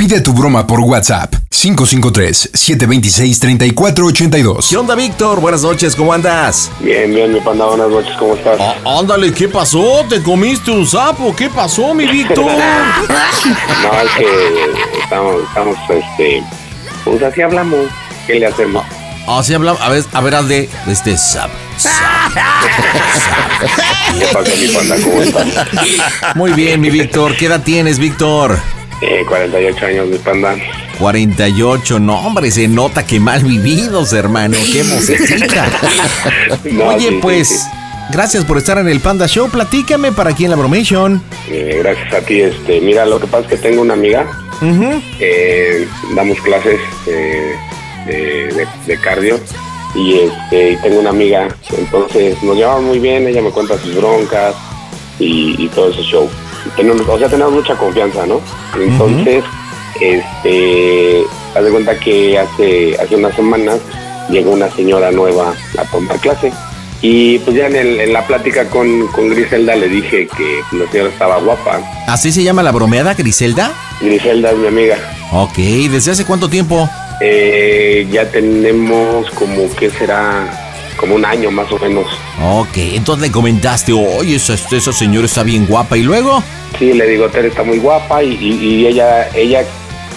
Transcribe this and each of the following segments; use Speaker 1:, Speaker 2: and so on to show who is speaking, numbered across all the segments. Speaker 1: Pide tu broma por WhatsApp 553-726-3482.
Speaker 2: ¿Qué onda, Víctor? Buenas noches, ¿cómo andas?
Speaker 3: Bien, bien, mi panda, buenas noches, ¿cómo estás?
Speaker 2: Ah, ándale, ¿qué pasó? ¿Te comiste un sapo? ¿Qué pasó, mi Víctor? Ah,
Speaker 3: no, es que eh, estamos, estamos, este. Pues así hablamos. ¿Qué le hacemos?
Speaker 2: Así hablamos. A ver, a ver, hazle este sapo. Ah.
Speaker 3: ¿Qué pasó, mi panda? ¿Cómo estás?
Speaker 2: Muy bien, mi Víctor. ¿Qué edad tienes, Víctor?
Speaker 3: Eh, 48 años mi panda.
Speaker 2: 48, no, hombre, se nota que mal vividos, hermano. Qué mocecita. no, Oye, sí, pues. Sí, sí. Gracias por estar en el Panda Show. Platícame para aquí en la Bromation.
Speaker 3: Eh, gracias a ti. Este, mira, lo que pasa es que tengo una amiga. Uh -huh. eh, damos clases de, de, de, cardio y este, tengo una amiga. Entonces nos llevamos muy bien. Ella me cuenta sus broncas y, y todo ese show tenemos, o sea, tenemos mucha confianza, ¿no? Entonces, uh -huh. este, haz de cuenta que hace, hace unas semanas llegó una señora nueva a tomar clase y pues ya en, el, en la plática con, con, Griselda le dije que pues, la señora estaba guapa.
Speaker 2: ¿Así se llama la bromeada, Griselda?
Speaker 3: Griselda es mi amiga.
Speaker 2: Ok, ¿desde hace cuánto tiempo?
Speaker 3: Eh, ya tenemos como, ¿qué será? como un año más o menos.
Speaker 2: Ok, entonces le comentaste, oye, esa, esa señora está bien guapa, ¿y luego?
Speaker 3: Sí, le digo, Tere está muy guapa y, y, y ella, ella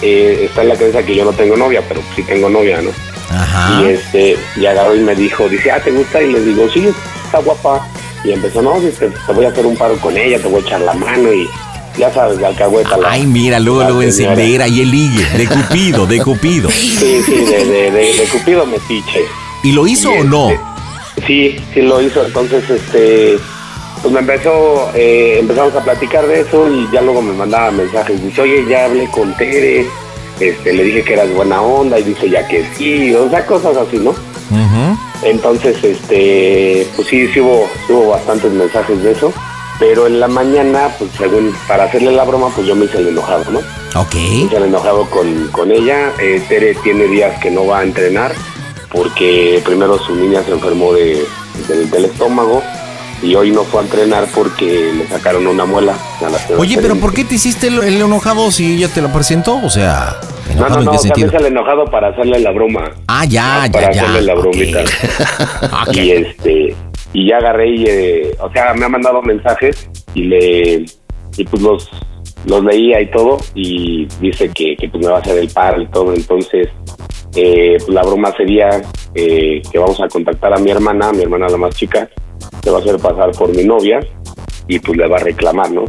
Speaker 3: eh, está en la cabeza que yo no tengo novia, pero sí tengo novia, ¿no?
Speaker 2: Ah.
Speaker 3: Ajá. Y este, y agarró y me dijo, dice, ah, ¿te gusta? Y le digo, sí, está guapa. Y empezó, no, dice, te voy a hacer un paro con ella, te voy a echar la mano y, ya sabes, la alcahueta. La,
Speaker 2: Ay, mira, luego, luego encender ahí el hille, de Cupido, de Cupido.
Speaker 3: Sí, sí, de, de, de, de Cupido metiche.
Speaker 2: ¿Y lo hizo y, o no?
Speaker 3: Este, sí, sí lo hizo. Entonces, este, pues me empezó, eh, empezamos a platicar de eso y ya luego me mandaba mensajes. Dice, oye, ya hablé con Tere, este, le dije que eras buena onda y dice ya que sí, o sea, cosas así, ¿no? Uh -huh. Entonces, este, pues sí, sí hubo, sí hubo bastantes mensajes de eso. Pero en la mañana, pues según, para hacerle la broma, pues yo me hice el enojado, ¿no?
Speaker 2: Ok.
Speaker 3: Me hice el enojado con, con ella. Eh, Tere tiene días que no va a entrenar porque primero su niña se enfermó de, de, del estómago y hoy no fue a entrenar porque le sacaron una muela. A la
Speaker 2: Oye, pero ¿por qué te hiciste el, el, enojado si ella te lo presentó? O sea,
Speaker 3: no, no, no, o sea, es el enojado para hacerle la broma.
Speaker 2: Ah, ya,
Speaker 3: ya, para
Speaker 2: ya.
Speaker 3: hacerle la bromita. Okay. okay. Y este, y ya agarré y, eh, o sea, me ha mandado mensajes y le, y pues los, los leía y todo y dice que, que pues me va a hacer el par y todo, entonces eh, pues la broma sería eh, que vamos a contactar a mi hermana, mi hermana la más chica, le va a hacer pasar por mi novia y pues le va a reclamar, ¿no?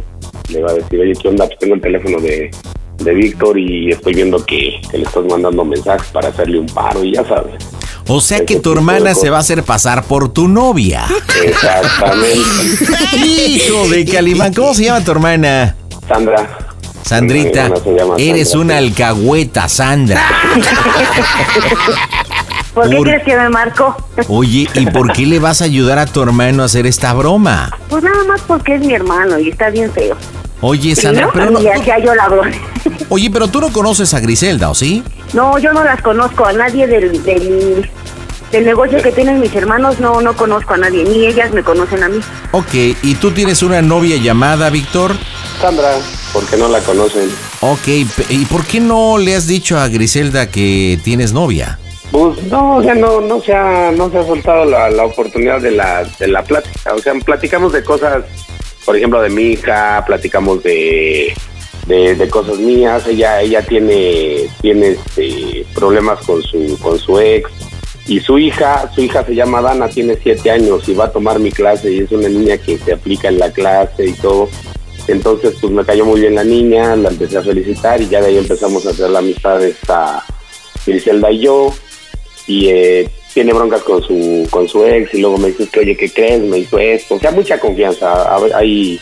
Speaker 3: Le va a decir, oye, ¿qué onda? Pues tengo el teléfono de, de Víctor y estoy viendo que, que, le estás mandando mensajes para hacerle un paro y ya sabes.
Speaker 2: O sea Ese que tu hermana se va a hacer pasar por tu novia.
Speaker 3: Exactamente.
Speaker 2: Hijo de Calimán, ¿cómo se llama tu hermana?
Speaker 3: Sandra.
Speaker 2: Sandrita, eres Sandra, una alcahueta, Sandra.
Speaker 4: ¿Por qué crees que me marcó?
Speaker 2: Oye, ¿y por qué le vas a ayudar a tu hermano a hacer esta broma?
Speaker 4: Pues nada más porque es mi hermano y está bien feo.
Speaker 2: Oye, Sandra,
Speaker 4: ¿No?
Speaker 2: pero no,
Speaker 4: ya, ya yo la broma.
Speaker 2: Oye, pero tú no conoces a Griselda, ¿o sí?
Speaker 4: No, yo no las conozco, a nadie del, del, del negocio que tienen mis hermanos, no, no conozco a nadie, ni ellas me conocen a mí.
Speaker 2: Ok, ¿y tú tienes una novia llamada, Víctor?
Speaker 3: Sandra, porque no la conocen.
Speaker 2: Ok, ¿y por qué no le has dicho a Griselda que tienes novia?
Speaker 3: Pues no, o sea, no, no, se, ha, no se ha soltado la, la oportunidad de la, de la plática. O sea, platicamos de cosas, por ejemplo, de mi hija, platicamos de, de, de cosas mías. Ella ella tiene tiene este, problemas con su con su ex y su hija su hija se llama Dana tiene siete años y va a tomar mi clase y es una niña que se aplica en la clase y todo. Entonces pues me cayó muy bien la niña, la empecé a felicitar y ya de ahí empezamos a hacer la amistad de esta Griselda y yo y eh, tiene broncas con su con su ex y luego me dice que oye qué crees me hizo esto o sea mucha confianza A ver, hay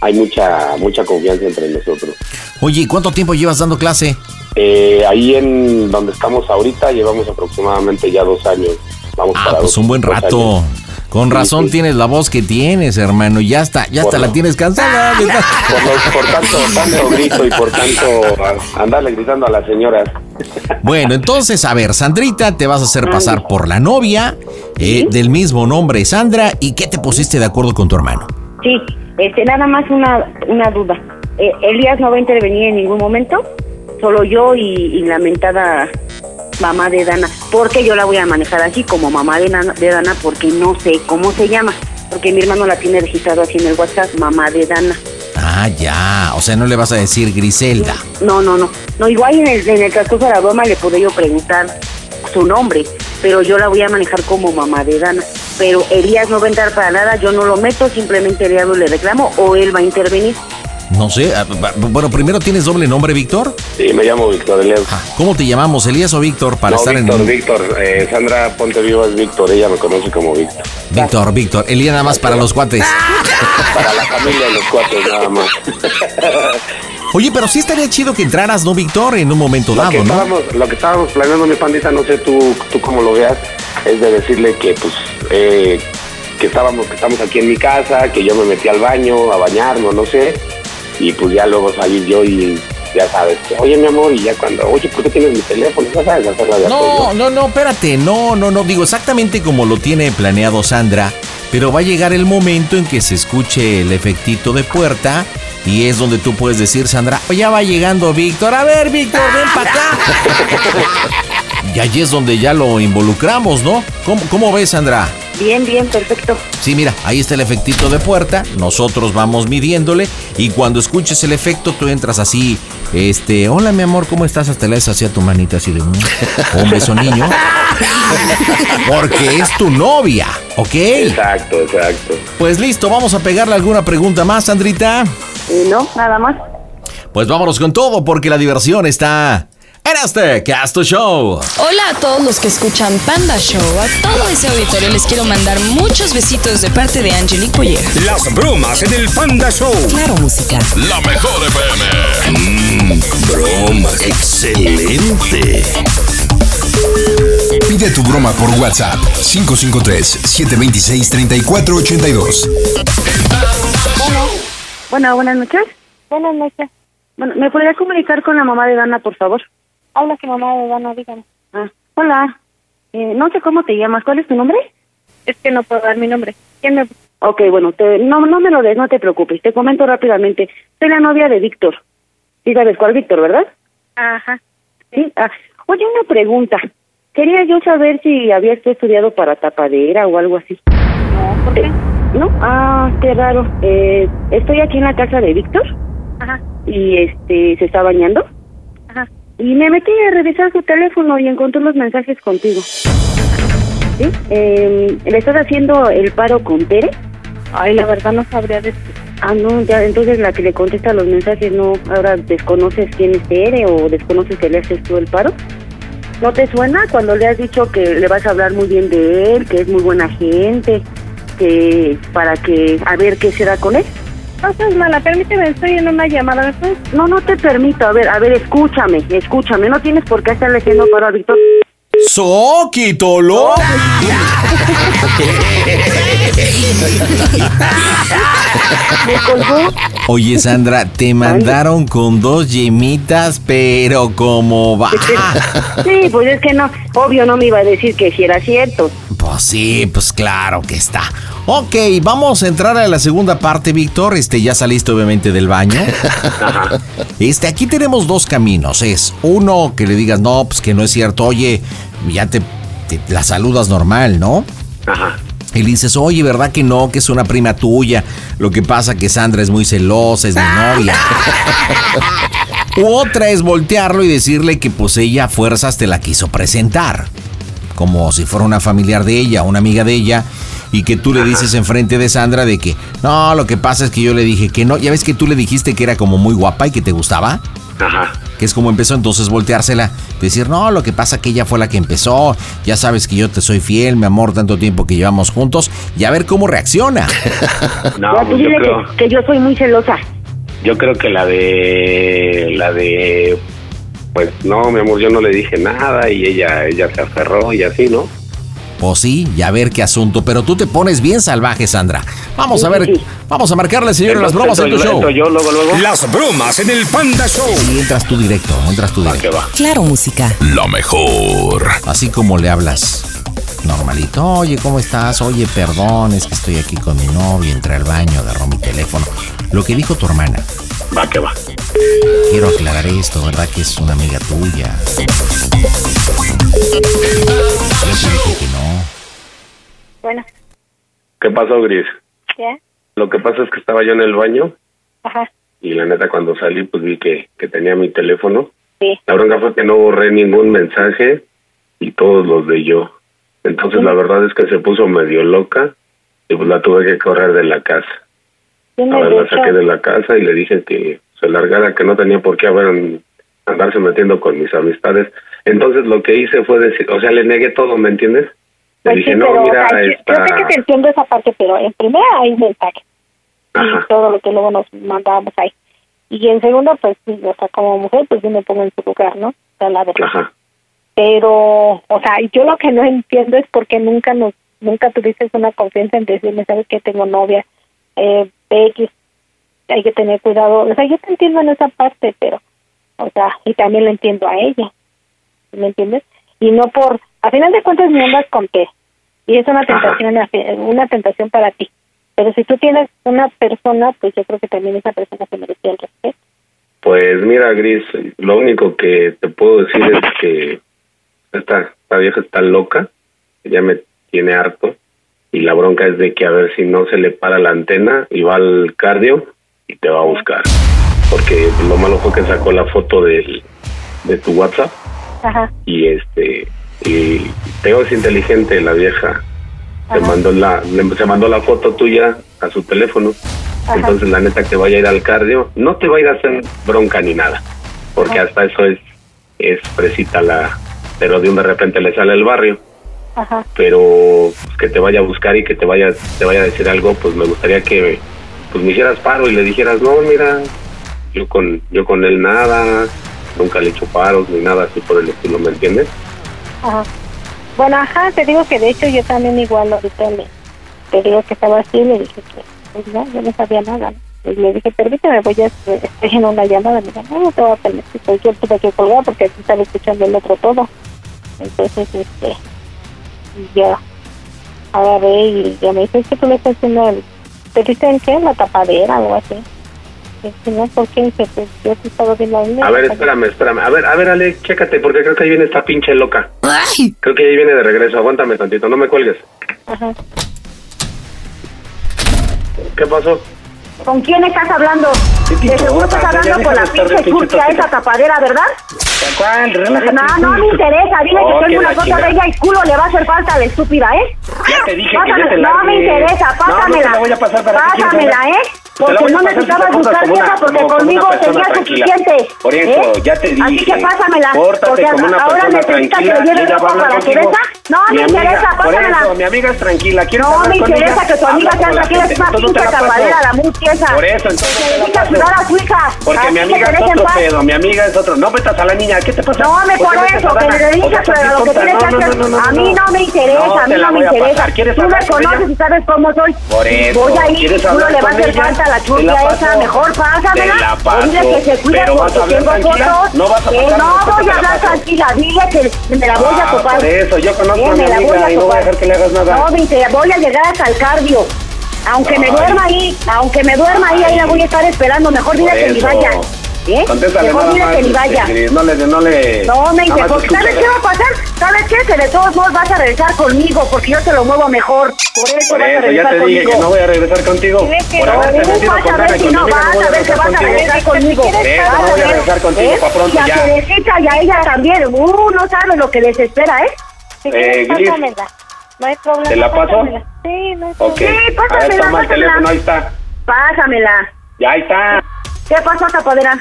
Speaker 3: hay mucha mucha confianza entre nosotros
Speaker 2: Oye, ¿y ¿cuánto tiempo llevas dando clase?
Speaker 3: Eh, ahí en donde estamos ahorita llevamos aproximadamente ya dos años vamos
Speaker 2: Ah,
Speaker 3: para
Speaker 2: pues
Speaker 3: dos-
Speaker 2: un buen
Speaker 3: dos
Speaker 2: rato.
Speaker 3: años.
Speaker 2: Con
Speaker 3: Sí,
Speaker 2: razón
Speaker 3: sí.
Speaker 2: tienes la voz que tienes, hermano. Ya está, ya hasta
Speaker 3: Bueno.
Speaker 2: la tienes cansada. de ta-
Speaker 3: por, los- por tanto tanto grito y por tanto a- andarle gritando a las señoras
Speaker 2: Bueno, entonces, a ver, Sandrita, te vas a hacer pasar por la novia eh, del mismo nombre, Sandra. ¿Y qué te pusiste de acuerdo con tu hermano?
Speaker 4: Sí, este, nada más una, una duda. Eh, Elías no va a intervenir en ningún momento, solo yo y, y lamentada mamá de Dana, porque yo la voy a manejar así como mamá de, Nana- de Dana, porque no sé cómo se llama, porque mi hermano la tiene registrado así en el WhatsApp, mamá de Dana.
Speaker 2: Ah, ya. O sea, no le vas a decir Griselda.
Speaker 4: No, no, no. No, igual en el, en el transcurso de la broma le pude yo preguntar su nombre, pero yo la voy a manejar como mamá de Dana. Pero Elías no va a entrar para nada, yo no lo meto, simplemente le hablo y le reclamo o él va a intervenir.
Speaker 2: No sé. ah, b- b- Bueno, primero tienes doble nombre, Víctor.
Speaker 3: sí me llamo Víctor Elias
Speaker 2: Ah, ¿Cómo te llamamos, Elías o Víctor? Para
Speaker 3: No,
Speaker 2: estar
Speaker 3: Víctor,
Speaker 2: en.
Speaker 3: Víctor, eh, Sandra Ponte Viva es Víctor, ella me conoce como Víctor. Ah.
Speaker 2: Víctor, Víctor. Elías nada más para los cuates.
Speaker 3: Para la familia de los cuatro nada más.
Speaker 2: Oye, pero sí estaría chido que entraras, ¿no, Víctor? En un momento
Speaker 3: Lo que,
Speaker 2: dado, ¿no?
Speaker 3: estábamos, lo que estábamos planeando, mi pandita, no sé tú, tú cómo lo veas, es de decirle que pues eh, que estábamos, que estamos aquí en mi casa, que yo me metí al baño, a bañarme, o no sé, y pues ya luego salí yo y ya sabes, que, oye mi amor, y ya cuando, oye, ¿por qué tienes mi teléfono? Ya sabes hacerla de
Speaker 2: No,
Speaker 3: acuerdo.
Speaker 2: no, no, espérate, no, no, no, digo exactamente como lo tiene planeado Sandra, pero va a llegar el momento en que se escuche el efectito de puerta y es donde tú puedes decir, Sandra, "Oh, ya va llegando Víctor, a ver Víctor, ven para acá. Y allí es donde ya lo involucramos, ¿no? ¿Cómo, cómo ves, Sandra?
Speaker 4: Bien, bien, perfecto.
Speaker 2: Sí, mira, ahí está el efectito de puerta, nosotros vamos midiéndole y cuando escuches el efecto tú entras así, este, hola mi amor, ¿cómo estás? Hasta le haces así a tu manita así de un, un beso niño. Porque es tu novia, ¿ok?
Speaker 3: Exacto, exacto.
Speaker 2: Pues listo, vamos a pegarle alguna pregunta más, Sandrita.
Speaker 4: Eh, no, nada más.
Speaker 2: Pues vámonos con todo porque la diversión está en este Casto Show.
Speaker 5: Hola a todos los que escuchan Panda Show. A todo ese auditorio les quiero mandar muchos besitos de parte de Angelique Boyer.
Speaker 6: Las bromas en el Panda Show.
Speaker 5: Claro, música.
Speaker 7: La mejor FM.
Speaker 6: Bromas. Excelente.
Speaker 1: Pide tu broma por WhatsApp 553-726-3482.
Speaker 4: Bueno, buenas noches.
Speaker 8: Buenas noches.
Speaker 4: Bueno, ¿me podría comunicar con la mamá de Dana, por favor?
Speaker 8: Habla su mamá de Dana, dígame.
Speaker 4: Ah, hola. Eh, no sé cómo te llamas. ¿Cuál es tu nombre?
Speaker 8: Es que no puedo dar mi nombre. ¿Quién me...
Speaker 4: Ok, bueno, te- no, no me lo des, no te preocupes. Te comento rápidamente. Soy la novia de Víctor. Sí sabes cuál Víctor, ¿verdad?
Speaker 8: Ajá.
Speaker 4: Sí. Ah, oye, una pregunta. Quería yo saber si habías tú estudiado para tapadera o algo así.
Speaker 8: No, ¿por qué?
Speaker 4: ¿No? Ah, qué raro. Eh, estoy aquí en la casa de Víctor
Speaker 8: Ajá,
Speaker 4: y este se está bañando.
Speaker 8: ajá.
Speaker 4: Y me metí a revisar su teléfono y encontré los mensajes contigo. ¿Sí? Eh, ¿Le estás haciendo el paro con Tere?
Speaker 8: Ay, la verdad no sabría decir.
Speaker 4: Ah, no, ya, entonces la que le contesta los mensajes no, ahora desconoces quién es Tere o desconoces que le haces tú el paro. ¿No te suena cuando le has dicho que le vas a hablar muy bien de él, que es muy buena gente, que para que, a ver qué será con él?
Speaker 8: No seas mala, permíteme, estoy en una llamada. ¿Me puedes?
Speaker 4: No, no te permito, a ver, a ver, escúchame, escúchame, no tienes por qué estarle haciendo paro a Víctor.
Speaker 2: ¡Soquitolo!
Speaker 4: Me colgó.
Speaker 2: Oye, Sandra, te mandaron con dos yemitas, pero como va.
Speaker 4: Sí, pues es que no, obvio no me iba a decir que si era cierto.
Speaker 2: Pues sí, pues claro que está. Ok, vamos a entrar a la segunda parte, Víctor. Este, ya saliste obviamente del baño. Este, aquí tenemos dos caminos. Es uno que le digas, no, pues que no es cierto. Oye, ya te, te- la saludas normal, ¿no?
Speaker 3: Ajá.
Speaker 2: Y le dices, oye, ¿verdad que no? Que es una prima tuya. Lo que pasa que Sandra es muy celosa, es mi novia. U otra es voltearlo y decirle que pues ella a fuerzas te la quiso presentar. Como si fuera una familiar de ella, una amiga de ella. Y que tú le dices enfrente de Sandra de que, no, lo que pasa es que yo le dije que no. Ya ves que tú le dijiste que era como muy guapa y que te gustaba
Speaker 3: Ajá.
Speaker 2: que es como empezó entonces volteársela, decir, no, lo que pasa que ella fue la que empezó, ya sabes que yo te soy fiel, mi amor, tanto tiempo que llevamos juntos, y a ver cómo reacciona.
Speaker 3: No,
Speaker 4: o tú
Speaker 3: pues yo
Speaker 4: dile
Speaker 3: creo,
Speaker 4: que, que yo soy muy celosa.
Speaker 3: yo creo que la de, la de, pues no, mi amor, yo no le dije nada y ella, ella se aferró y así, ¿no?
Speaker 2: Pues sí, y a ver qué asunto, pero tú te pones bien salvaje, Sandra. Vamos a ver, vamos a marcarle, señor, las bromas en tu
Speaker 3: Entro yo-
Speaker 2: show.
Speaker 3: entro yo luego, luego.
Speaker 6: Las bromas en el Panda Show.
Speaker 2: Y entras tú directo, entras tú
Speaker 3: Va, que
Speaker 2: directo.
Speaker 3: va.
Speaker 9: Claro Música.
Speaker 7: La mejor.
Speaker 2: Así como le hablas normalito, oye, ¿cómo estás? Oye, perdón, es que estoy aquí con mi novio, entré al baño, agarró mi teléfono. Lo que dijo tu hermana,
Speaker 3: Va, que va.
Speaker 2: Quiero aclarar esto, ¿verdad? Que es una amiga tuya. Yo te dije que no.
Speaker 8: Bueno,
Speaker 3: ¿Qué pasó, Gris?
Speaker 8: ¿qué?
Speaker 3: Lo que pasa es que estaba yo en el baño
Speaker 8: Ajá,
Speaker 3: y la neta cuando salí pues vi que, que tenía mi teléfono.
Speaker 8: sí.
Speaker 3: La bronca fue que no borré ningún mensaje y todos los de yo. Entonces la verdad es que se puso medio loca y pues la tuve que correr de la casa. A
Speaker 8: Tiene
Speaker 3: ver, la
Speaker 8: derecho.
Speaker 3: saqué de la casa y le dije que se largara, que no tenía por qué haber andarse metiendo con mis amistades. Entonces lo que hice fue decir, o sea, le negué todo, ¿me entiendes? Le
Speaker 8: Pues sí,
Speaker 3: dije,
Speaker 8: pero,
Speaker 3: no, mira,
Speaker 8: o sea, yo-
Speaker 3: esta...
Speaker 8: yo sé que te entiendo esa parte, pero en primera hay mensaje.
Speaker 3: Ajá.
Speaker 8: y todo lo que luego nos mandábamos ahí. Y en segundo, pues, sí, o sea, como mujer, pues yo me pongo en su lugar, ¿no? O sea, la verdad.
Speaker 3: Ajá.
Speaker 8: Pero, o sea, yo lo que no entiendo es por qué nunca nos, nunca tuviste una confianza en decirme, ¿sabes que Tengo novia, eh, X, hay que tener cuidado. O sea, yo te entiendo en esa parte, pero, o sea, y también lo entiendo a ella, ¿me entiendes? Y no por, a final de cuentas, ni andas con qué. Y es una
Speaker 3: Ajá.
Speaker 8: tentación, una tentación para ti. Pero si tú tienes una persona, pues yo creo que también esa persona se merecía el respeto.
Speaker 3: Pues mira, Gris, lo único que te puedo decir es que esta, esta vieja está loca, ya me tiene harto, y la bronca es de que a ver si no se le para la antena y va al cardio y te va a buscar. Porque lo malo fue que sacó la foto del- de tu WhatsApp
Speaker 8: Ajá,
Speaker 3: y este y Teo es inteligente la vieja se
Speaker 8: Ajá.
Speaker 3: mandó la le- se mandó la foto tuya a su teléfono
Speaker 8: Ajá.
Speaker 3: entonces la neta que vaya a ir al cardio no te va a ir a hacer bronca ni nada porque hasta eso es es fresita la pero de un de repente le sale el barrio
Speaker 8: ajá.
Speaker 3: pero pues, que te vaya a buscar y que te vaya te vaya a decir algo pues me gustaría que pues me hicieras paro y le dijeras no mira yo con yo con él nada nunca le he hecho paros ni nada así por el estilo me entiendes
Speaker 8: Ajá. Bueno, ajá, te digo que de hecho yo también igual ahorita le, te digo que estaba así y le dije que pues no, yo no sabía nada. ¿no? Y le dije, permíteme, voy a este, estoy en una llamada. Me dijo, no, no te voy a permitir, pues yo tuve que colgar porque aquí estaba escuchando el otro todo. Entonces, este, y yo agarré y ya me dice, es que tú le estás haciendo el, ¿te viste en qué? La tapadera o algo así. Y dije, no, ¿por qué? Y dije, pues yo te estaba viendo mí.
Speaker 3: A ver, espérame, espérame. A ver, a ver, Ale, chécate, porque creo que ahí viene esta pinche loca.
Speaker 9: ¡Ay!
Speaker 3: Creo que ahí viene de regreso. Aguántame tantito, no me cuelgues.
Speaker 8: Ajá.
Speaker 3: ¿Qué pasó?
Speaker 4: ¿Con quién estás hablando? De seguro estás hablando con la pinche churquia esa tapadera, ¿verdad? No, no me interesa. Dile
Speaker 3: Oh,
Speaker 4: que
Speaker 3: que
Speaker 4: tengo una
Speaker 3: la
Speaker 4: cosa
Speaker 3: chingada.
Speaker 4: bella y culo le va a hacer falta a la estúpida, ¿eh?
Speaker 6: Ya te dije que
Speaker 4: Pásame-
Speaker 6: ya
Speaker 4: No
Speaker 6: te
Speaker 4: me
Speaker 6: largues.
Speaker 4: interesa,
Speaker 6: No, no te
Speaker 4: pásamela.
Speaker 6: la voy a pasar para que quieras
Speaker 4: pásamela,
Speaker 6: hablar.
Speaker 4: ¿eh?
Speaker 6: Te
Speaker 4: Porque no necesitabas
Speaker 6: la voy a pasar si te portas
Speaker 4: buscar
Speaker 6: como una-
Speaker 4: queja porque
Speaker 6: como- como
Speaker 4: conmigo
Speaker 6: una persona
Speaker 4: tenías
Speaker 6: tranquila.
Speaker 4: suficiente.
Speaker 6: Por eso,
Speaker 4: ¿eh?
Speaker 6: ya te
Speaker 4: Así
Speaker 6: dije,
Speaker 4: que pásamela.
Speaker 6: pórtate
Speaker 4: Porque
Speaker 6: como una
Speaker 4: ahora
Speaker 6: persona
Speaker 4: necesitas que le
Speaker 6: tranquila,
Speaker 4: lleve
Speaker 6: ella va
Speaker 4: ropa
Speaker 6: a hablar
Speaker 4: para que
Speaker 6: contigo.
Speaker 4: besa. No
Speaker 6: Mi
Speaker 4: me
Speaker 6: amiga,
Speaker 4: interesa,
Speaker 6: por
Speaker 4: pásamela.
Speaker 6: eso, mi amiga es tranquila. ¿Quieres
Speaker 4: No
Speaker 6: hablar
Speaker 4: me
Speaker 6: con
Speaker 4: interesa
Speaker 6: ella?
Speaker 4: que tu amiga sea
Speaker 6: Habla con la
Speaker 4: tranquila,
Speaker 6: gente.
Speaker 4: es una
Speaker 6: Entonces no te
Speaker 4: pinche
Speaker 6: la paso.
Speaker 4: tapadera, la muy tiesa.
Speaker 6: Por eso, entonces
Speaker 4: Se
Speaker 6: no te la
Speaker 4: dedica a
Speaker 6: pases.
Speaker 4: ayudar a su hija.
Speaker 6: Porque
Speaker 4: Así
Speaker 6: mi
Speaker 4: que
Speaker 6: amiga
Speaker 4: Ah, te
Speaker 6: es
Speaker 4: deje en
Speaker 6: otro
Speaker 4: paz.
Speaker 6: pedo, mi amiga es otro. No metas a la niña, ¿qué te pasa?
Speaker 4: No, me
Speaker 6: ¿Por
Speaker 4: por
Speaker 6: qué metes
Speaker 4: eso,
Speaker 6: a la-
Speaker 4: que le
Speaker 6: O sea,
Speaker 4: dedicas a
Speaker 6: estás
Speaker 4: lo que
Speaker 6: tonta.
Speaker 4: tienes que
Speaker 6: No, no,
Speaker 4: hacer.
Speaker 6: no, no,
Speaker 4: A mí no me interesa, a mí
Speaker 6: te la
Speaker 4: no me
Speaker 6: voy a pasar.
Speaker 4: interesa.
Speaker 6: ¿Quieres
Speaker 4: Tú me
Speaker 6: hablar con ella?
Speaker 4: conoces y sabes cómo soy.
Speaker 6: Por eso.
Speaker 4: Voy a ir,
Speaker 6: ¿Quieres
Speaker 4: tú no
Speaker 6: hablar
Speaker 4: le va a
Speaker 6: con
Speaker 4: hacer
Speaker 6: ella?
Speaker 4: falta a la
Speaker 6: Te la
Speaker 4: churria
Speaker 6: paso.
Speaker 4: esa, mejor pásamela.
Speaker 6: Te la paso.
Speaker 4: Dile que se cuida
Speaker 6: Pero vas a
Speaker 4: porque
Speaker 6: hablar
Speaker 4: tengo
Speaker 6: tranquila,
Speaker 4: fotos.
Speaker 6: no vas a
Speaker 4: Que
Speaker 6: pasar
Speaker 4: no
Speaker 6: mucho,
Speaker 4: voy
Speaker 6: te
Speaker 4: a
Speaker 6: la
Speaker 4: hablar
Speaker 6: paso.
Speaker 4: tranquila, dile que me la voy a
Speaker 6: Ah,
Speaker 4: topar.
Speaker 6: por eso, yo conozco
Speaker 4: Eh,
Speaker 6: a mi
Speaker 4: me la voy
Speaker 6: amiga y no voy a
Speaker 4: topar.
Speaker 6: dejar que le hagas nada.
Speaker 4: No, mi te voy a llegar hasta el cardio. Aunque me
Speaker 6: Ay.
Speaker 4: duerma ahí, aunque me duerma ahí, ahí la
Speaker 6: Ay.
Speaker 4: voy a estar esperando. Mejor dile
Speaker 6: Por
Speaker 4: que ni
Speaker 6: eso.
Speaker 4: vaya. ¿Eh?
Speaker 6: Contéstale
Speaker 4: Mejor
Speaker 6: nada
Speaker 4: dile
Speaker 6: más,
Speaker 4: que ni
Speaker 6: este,
Speaker 4: vaya.
Speaker 6: Cris, No le, no le.
Speaker 4: No, me
Speaker 6: nada
Speaker 4: dice, "Pues,
Speaker 6: más
Speaker 4: ¿sabes
Speaker 6: escúchala.
Speaker 4: qué va a pasar? ¿Sabes qué? Que de todos modos vas a regresar conmigo porque yo te lo muevo mejor. Por eso
Speaker 6: Por
Speaker 4: vas a
Speaker 6: eso, ya
Speaker 4: regresar
Speaker 6: te dije
Speaker 4: conmigo.
Speaker 6: que no voy a regresar contigo.
Speaker 8: Dile que
Speaker 6: Por
Speaker 8: no,
Speaker 6: haberte
Speaker 8: dile,
Speaker 6: metido
Speaker 4: vas
Speaker 6: con
Speaker 4: a ver
Speaker 6: cara
Speaker 4: si no,
Speaker 6: económica,
Speaker 4: vas
Speaker 6: no
Speaker 4: a ver
Speaker 6: voy a
Speaker 4: que
Speaker 6: regresar
Speaker 4: vas a
Speaker 6: contigo.
Speaker 4: regresar conmigo.
Speaker 6: Ve, no voy a regresar contigo, pa' pronto
Speaker 4: ¿eh? Y a
Speaker 6: ya.
Speaker 4: Teresita y a ella también. Uh, no sabes lo que les espera, ¿eh?
Speaker 8: Si
Speaker 6: Eh,
Speaker 8: quieres,
Speaker 6: Gris.
Speaker 8: pásamela. No hay problema.
Speaker 6: ¿Te la paso?
Speaker 8: pásamela. Sí, no hay
Speaker 6: Ok.
Speaker 8: problema.
Speaker 4: Sí,
Speaker 6: a ver,
Speaker 4: pásamela,
Speaker 6: toma el
Speaker 4: pásamela.
Speaker 6: teléfono, ahí está.
Speaker 4: Pásamela.
Speaker 6: Ya ahí está.
Speaker 4: ¿Qué pasó, tapadera?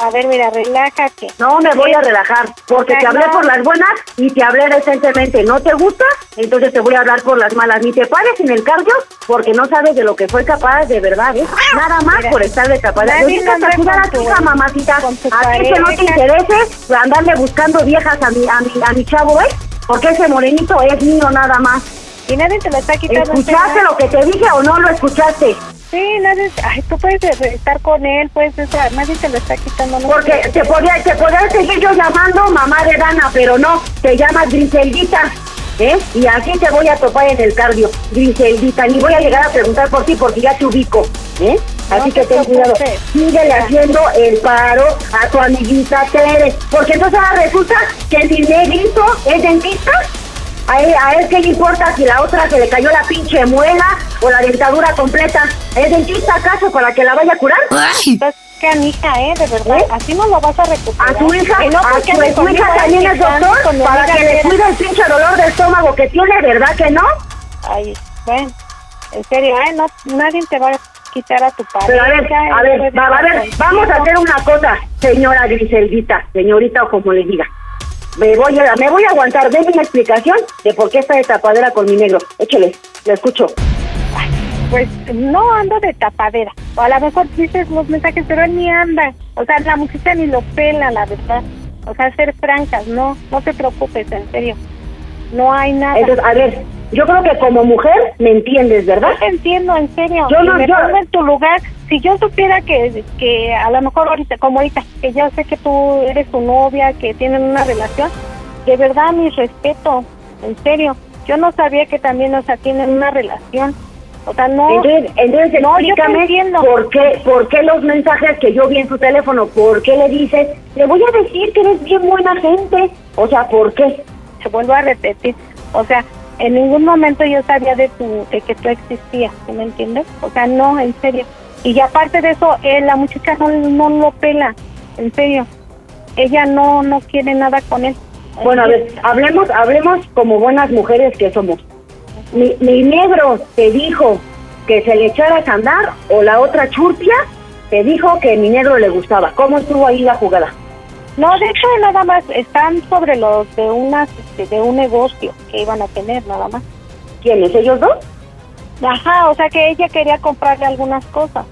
Speaker 8: A ver, mira, relájate.
Speaker 4: No me voy a relajar, porque te hablé por las buenas y te hablé decentemente. ¿No te gusta? Entonces te voy a hablar por las malas. Ni te pares en el cardio, porque no sabes de lo que fue capaz de verdad, ¿eh? Nada más
Speaker 8: Ah, Mira,
Speaker 4: por estar de tapadera.
Speaker 8: nadie
Speaker 4: Yo a
Speaker 8: anda
Speaker 4: cuidar a
Speaker 8: con
Speaker 4: tu
Speaker 8: tu-
Speaker 4: hija, mamacita.
Speaker 8: con tu
Speaker 4: A ti que no te
Speaker 8: pareja.
Speaker 4: interese andarle buscando viejas a mi, a mi, a mi chavo, ¿eh? Porque ese morenito es mío nada más.
Speaker 8: Y nadie te ¿eh? la está quitando.
Speaker 4: ¿Escuchaste
Speaker 8: ¿sí?
Speaker 4: lo que te dije o no lo escuchaste?
Speaker 8: Sí, nadie. Ay, tú puedes eh, estar con él, pues, o sea, nadie te la está quitando. No
Speaker 4: Porque te podía, te podía seguir yo llamando mamá de Dana, pero no, te llamas Griseldita. ¿Eh? Y así te voy a topar en el cardio, Griseldita. Ni voy a llegar a preguntar por ti porque ya te ubico. ¿eh? Así
Speaker 8: No
Speaker 4: que
Speaker 8: te
Speaker 4: ten cuidado.
Speaker 8: preocupes.
Speaker 4: Síguele haciendo el paro a tu amiguita Tere. Porque entonces ahora resulta que si negrito es dentista, a él, a él qué le importa si la otra se le cayó la pinche muela o la dentadura completa. ¿Es dentista acaso para que la vaya a curar?
Speaker 5: Ay,
Speaker 8: Estás canija, ¿eh? De verdad.
Speaker 4: ¿Eh?
Speaker 8: Así no lo vas a recuperar.
Speaker 4: a tu hija,
Speaker 8: ¿Eh? Y no,
Speaker 4: a
Speaker 8: porque
Speaker 4: tu
Speaker 8: ande
Speaker 4: tu
Speaker 8: conmigo,
Speaker 4: hija también
Speaker 8: eh,
Speaker 4: es
Speaker 8: ande
Speaker 4: doctor
Speaker 8: con mi
Speaker 4: para
Speaker 8: amiga
Speaker 4: que le
Speaker 8: Vera.
Speaker 4: cuide el pinche dolor de estómago que tiene, ¿verdad que no?
Speaker 8: Ay, bueno, en serio, ay, no, nadie te va a quitar a tu padre.
Speaker 4: Pero a ver, a ver, va- a ver, vamos a hacer una cosa, señora Griseldita, señorita o como le diga. Me voy a, me voy a aguantar, denme una explicación de por qué está de tapadera con mi negro. Échale, lo escucho.
Speaker 8: Pues no ando de tapadera. O a lo mejor dices los mensajes, pero él ni anda. O sea, la muchacha ni lo pela, la verdad. O sea, ser francas, no, no te preocupes, en serio. No hay nada.
Speaker 4: Entonces, a ver, yo creo que como mujer me entiendes, ¿verdad?
Speaker 8: te entiendo, en serio.
Speaker 4: Yo
Speaker 8: Yo
Speaker 4: no-
Speaker 8: me
Speaker 4: yo-
Speaker 8: pongo en tu lugar. Si yo supiera que, que a lo mejor ahorita, como ahorita, que ya sé que tú eres tu novia, que tienen una relación, de verdad, mi respeto, en serio. Yo no sabía que también, o sea, tienen una relación. O sea, no.
Speaker 4: Entonces, entonces
Speaker 8: No, Oh. yo te
Speaker 4: explícame
Speaker 8: entiendo.
Speaker 4: por qué, por qué los mensajes que yo vi en su teléfono, por qué le dices, le voy a decir que eres bien buena gente. O sea, ¿por qué?
Speaker 8: se vuelvo a repetir. O sea, en ningún momento yo sabía de, tu, de que tú existías, ¿sí ¿me entiendes? O sea, no, en serio. Y aparte de eso, eh, la muchacha no, no lo pela, en serio. Ella no, no quiere nada con él. Eh,
Speaker 4: Bueno, a ver, hablemos, hablemos como buenas mujeres que somos. Mi, mi negro te dijo que se le echaras a andar o la otra churpia te dijo que mi negro le gustaba. ¿Cómo estuvo ahí la jugada?
Speaker 8: No, de hecho, nada más están sobre los de, unas, este, de un negocio que iban a tener, nada más.
Speaker 4: ¿Quiénes? ¿Ellos dos?
Speaker 8: Ajá, o sea que ella quería comprarle algunas cosas,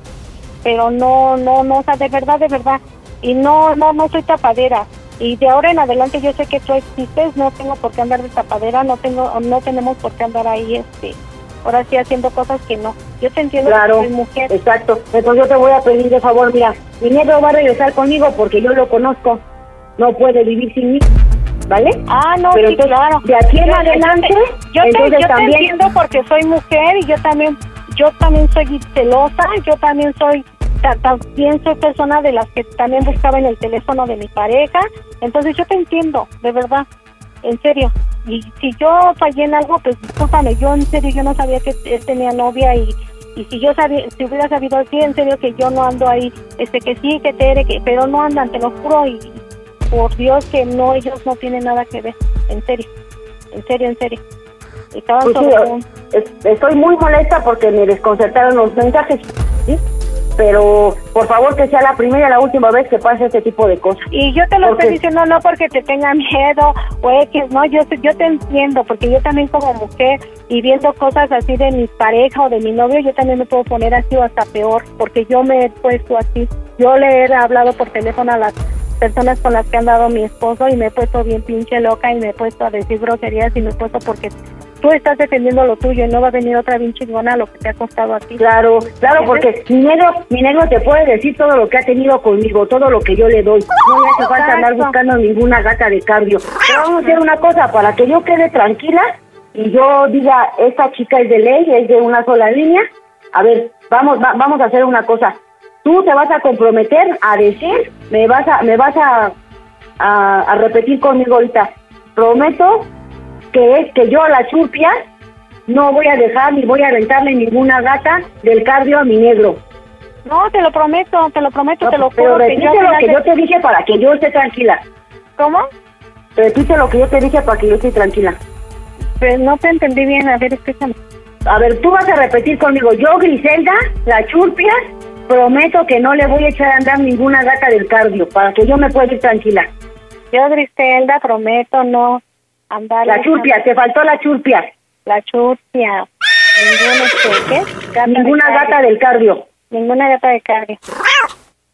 Speaker 8: pero no, no, no, o sea, de verdad, de verdad. Y no, no, no soy tapadera. Y de ahora en adelante yo sé que tú existes, no tengo por qué andar de tapadera, no tengo, no tenemos por qué andar ahí, este, ahora sí haciendo cosas que no. Yo te entiendo, que
Speaker 4: Claro,
Speaker 8: soy mujer.
Speaker 4: exacto. Entonces yo te voy a pedir de favor, mira, mi negro va a regresar conmigo porque yo lo conozco. No puede vivir sin mí, ¿vale?
Speaker 8: Ah, no,
Speaker 4: Pero
Speaker 8: sí,
Speaker 4: entonces,
Speaker 8: claro.
Speaker 4: de aquí en
Speaker 8: Yo-
Speaker 4: adelante,
Speaker 8: yo te, yo
Speaker 4: entonces
Speaker 8: te
Speaker 4: también-
Speaker 8: entiendo porque soy mujer y yo también, yo también soy celosa, yo también soy, ta- también soy persona de las que también buscaba en el teléfono de mi pareja, entonces yo te entiendo, de verdad, en serio. Y si yo fallé en algo, pues discúlpame, yo en serio, yo no sabía que él tenía novia y, y si yo sabía, si hubiera sabido así, en serio que yo no ando ahí, este que sí, que te que, pero no andan, te lo juro y por Dios que no, ellos no tienen nada que ver, en serio, en serio, en serio. Estaban
Speaker 4: Pues sí,
Speaker 8: sobre
Speaker 4: o-
Speaker 8: un-
Speaker 4: es- estoy muy molesta porque me desconcertaron los mensajes, ¿sí? Pero por favor que sea la primera y la última vez que pase este tipo de cosas.
Speaker 8: Y yo te lo
Speaker 4: ¿Por
Speaker 8: estoy
Speaker 4: qué?
Speaker 8: diciendo no porque te tenga miedo o X, no, yo, sé- yo te entiendo, porque yo también como mujer y viendo cosas así de mi pareja o de mi novio, yo también me puedo poner así o hasta peor, porque yo me he puesto así. Yo le he hablado por teléfono a las personas con las que han dado mi esposo y me he puesto bien pinche loca y me he puesto a decir groserías y me he puesto porque tú estás defendiendo lo tuyo y no va a venir otra bien chingona a lo que te ha costado a ti.
Speaker 4: Claro, claro,
Speaker 8: Ajá.
Speaker 4: porque mi negro, mi negro te puede decir todo lo que ha tenido conmigo, todo lo que yo le doy. No me hace falta andar
Speaker 8: Exacto.
Speaker 4: buscando ninguna gata de cambio. Pero vamos a hacer una cosa, para que yo quede tranquila y yo diga, esta chica es de ley, es de una sola línea. A ver, vamos, va- vamos a hacer una cosa. Tú te vas a comprometer a decir, me vas a, me vas a, a, a repetir conmigo ahorita. prometo que, que yo a la churpia no voy a dejar ni voy a aventarle ninguna gata del cardio a mi negro.
Speaker 8: No, te lo prometo, te lo prometo, te lo
Speaker 4: Pero
Speaker 8: juro. que yo
Speaker 4: repite lo
Speaker 8: al
Speaker 4: que yo
Speaker 8: final
Speaker 4: te dije para que yo esté tranquila.
Speaker 8: te- ¿Cómo?
Speaker 4: Repite lo que yo te dije para que yo esté tranquila.
Speaker 8: Pues no te entendí bien, a ver, escúchame.
Speaker 4: A ver, tú vas a repetir conmigo. Yo, Griselda, la churpia, prometo que no le voy a echar a andar ninguna gata del cardio para que yo me pueda ir tranquila.
Speaker 8: Yo, Griselda, prometo no andar...
Speaker 4: La churpia, te faltó la churpia.
Speaker 8: La churpia. Ninguna, este, ¿qué? Gata de
Speaker 4: Ninguna
Speaker 8: carga.
Speaker 4: gata del cardio.
Speaker 8: Ninguna gata de carga.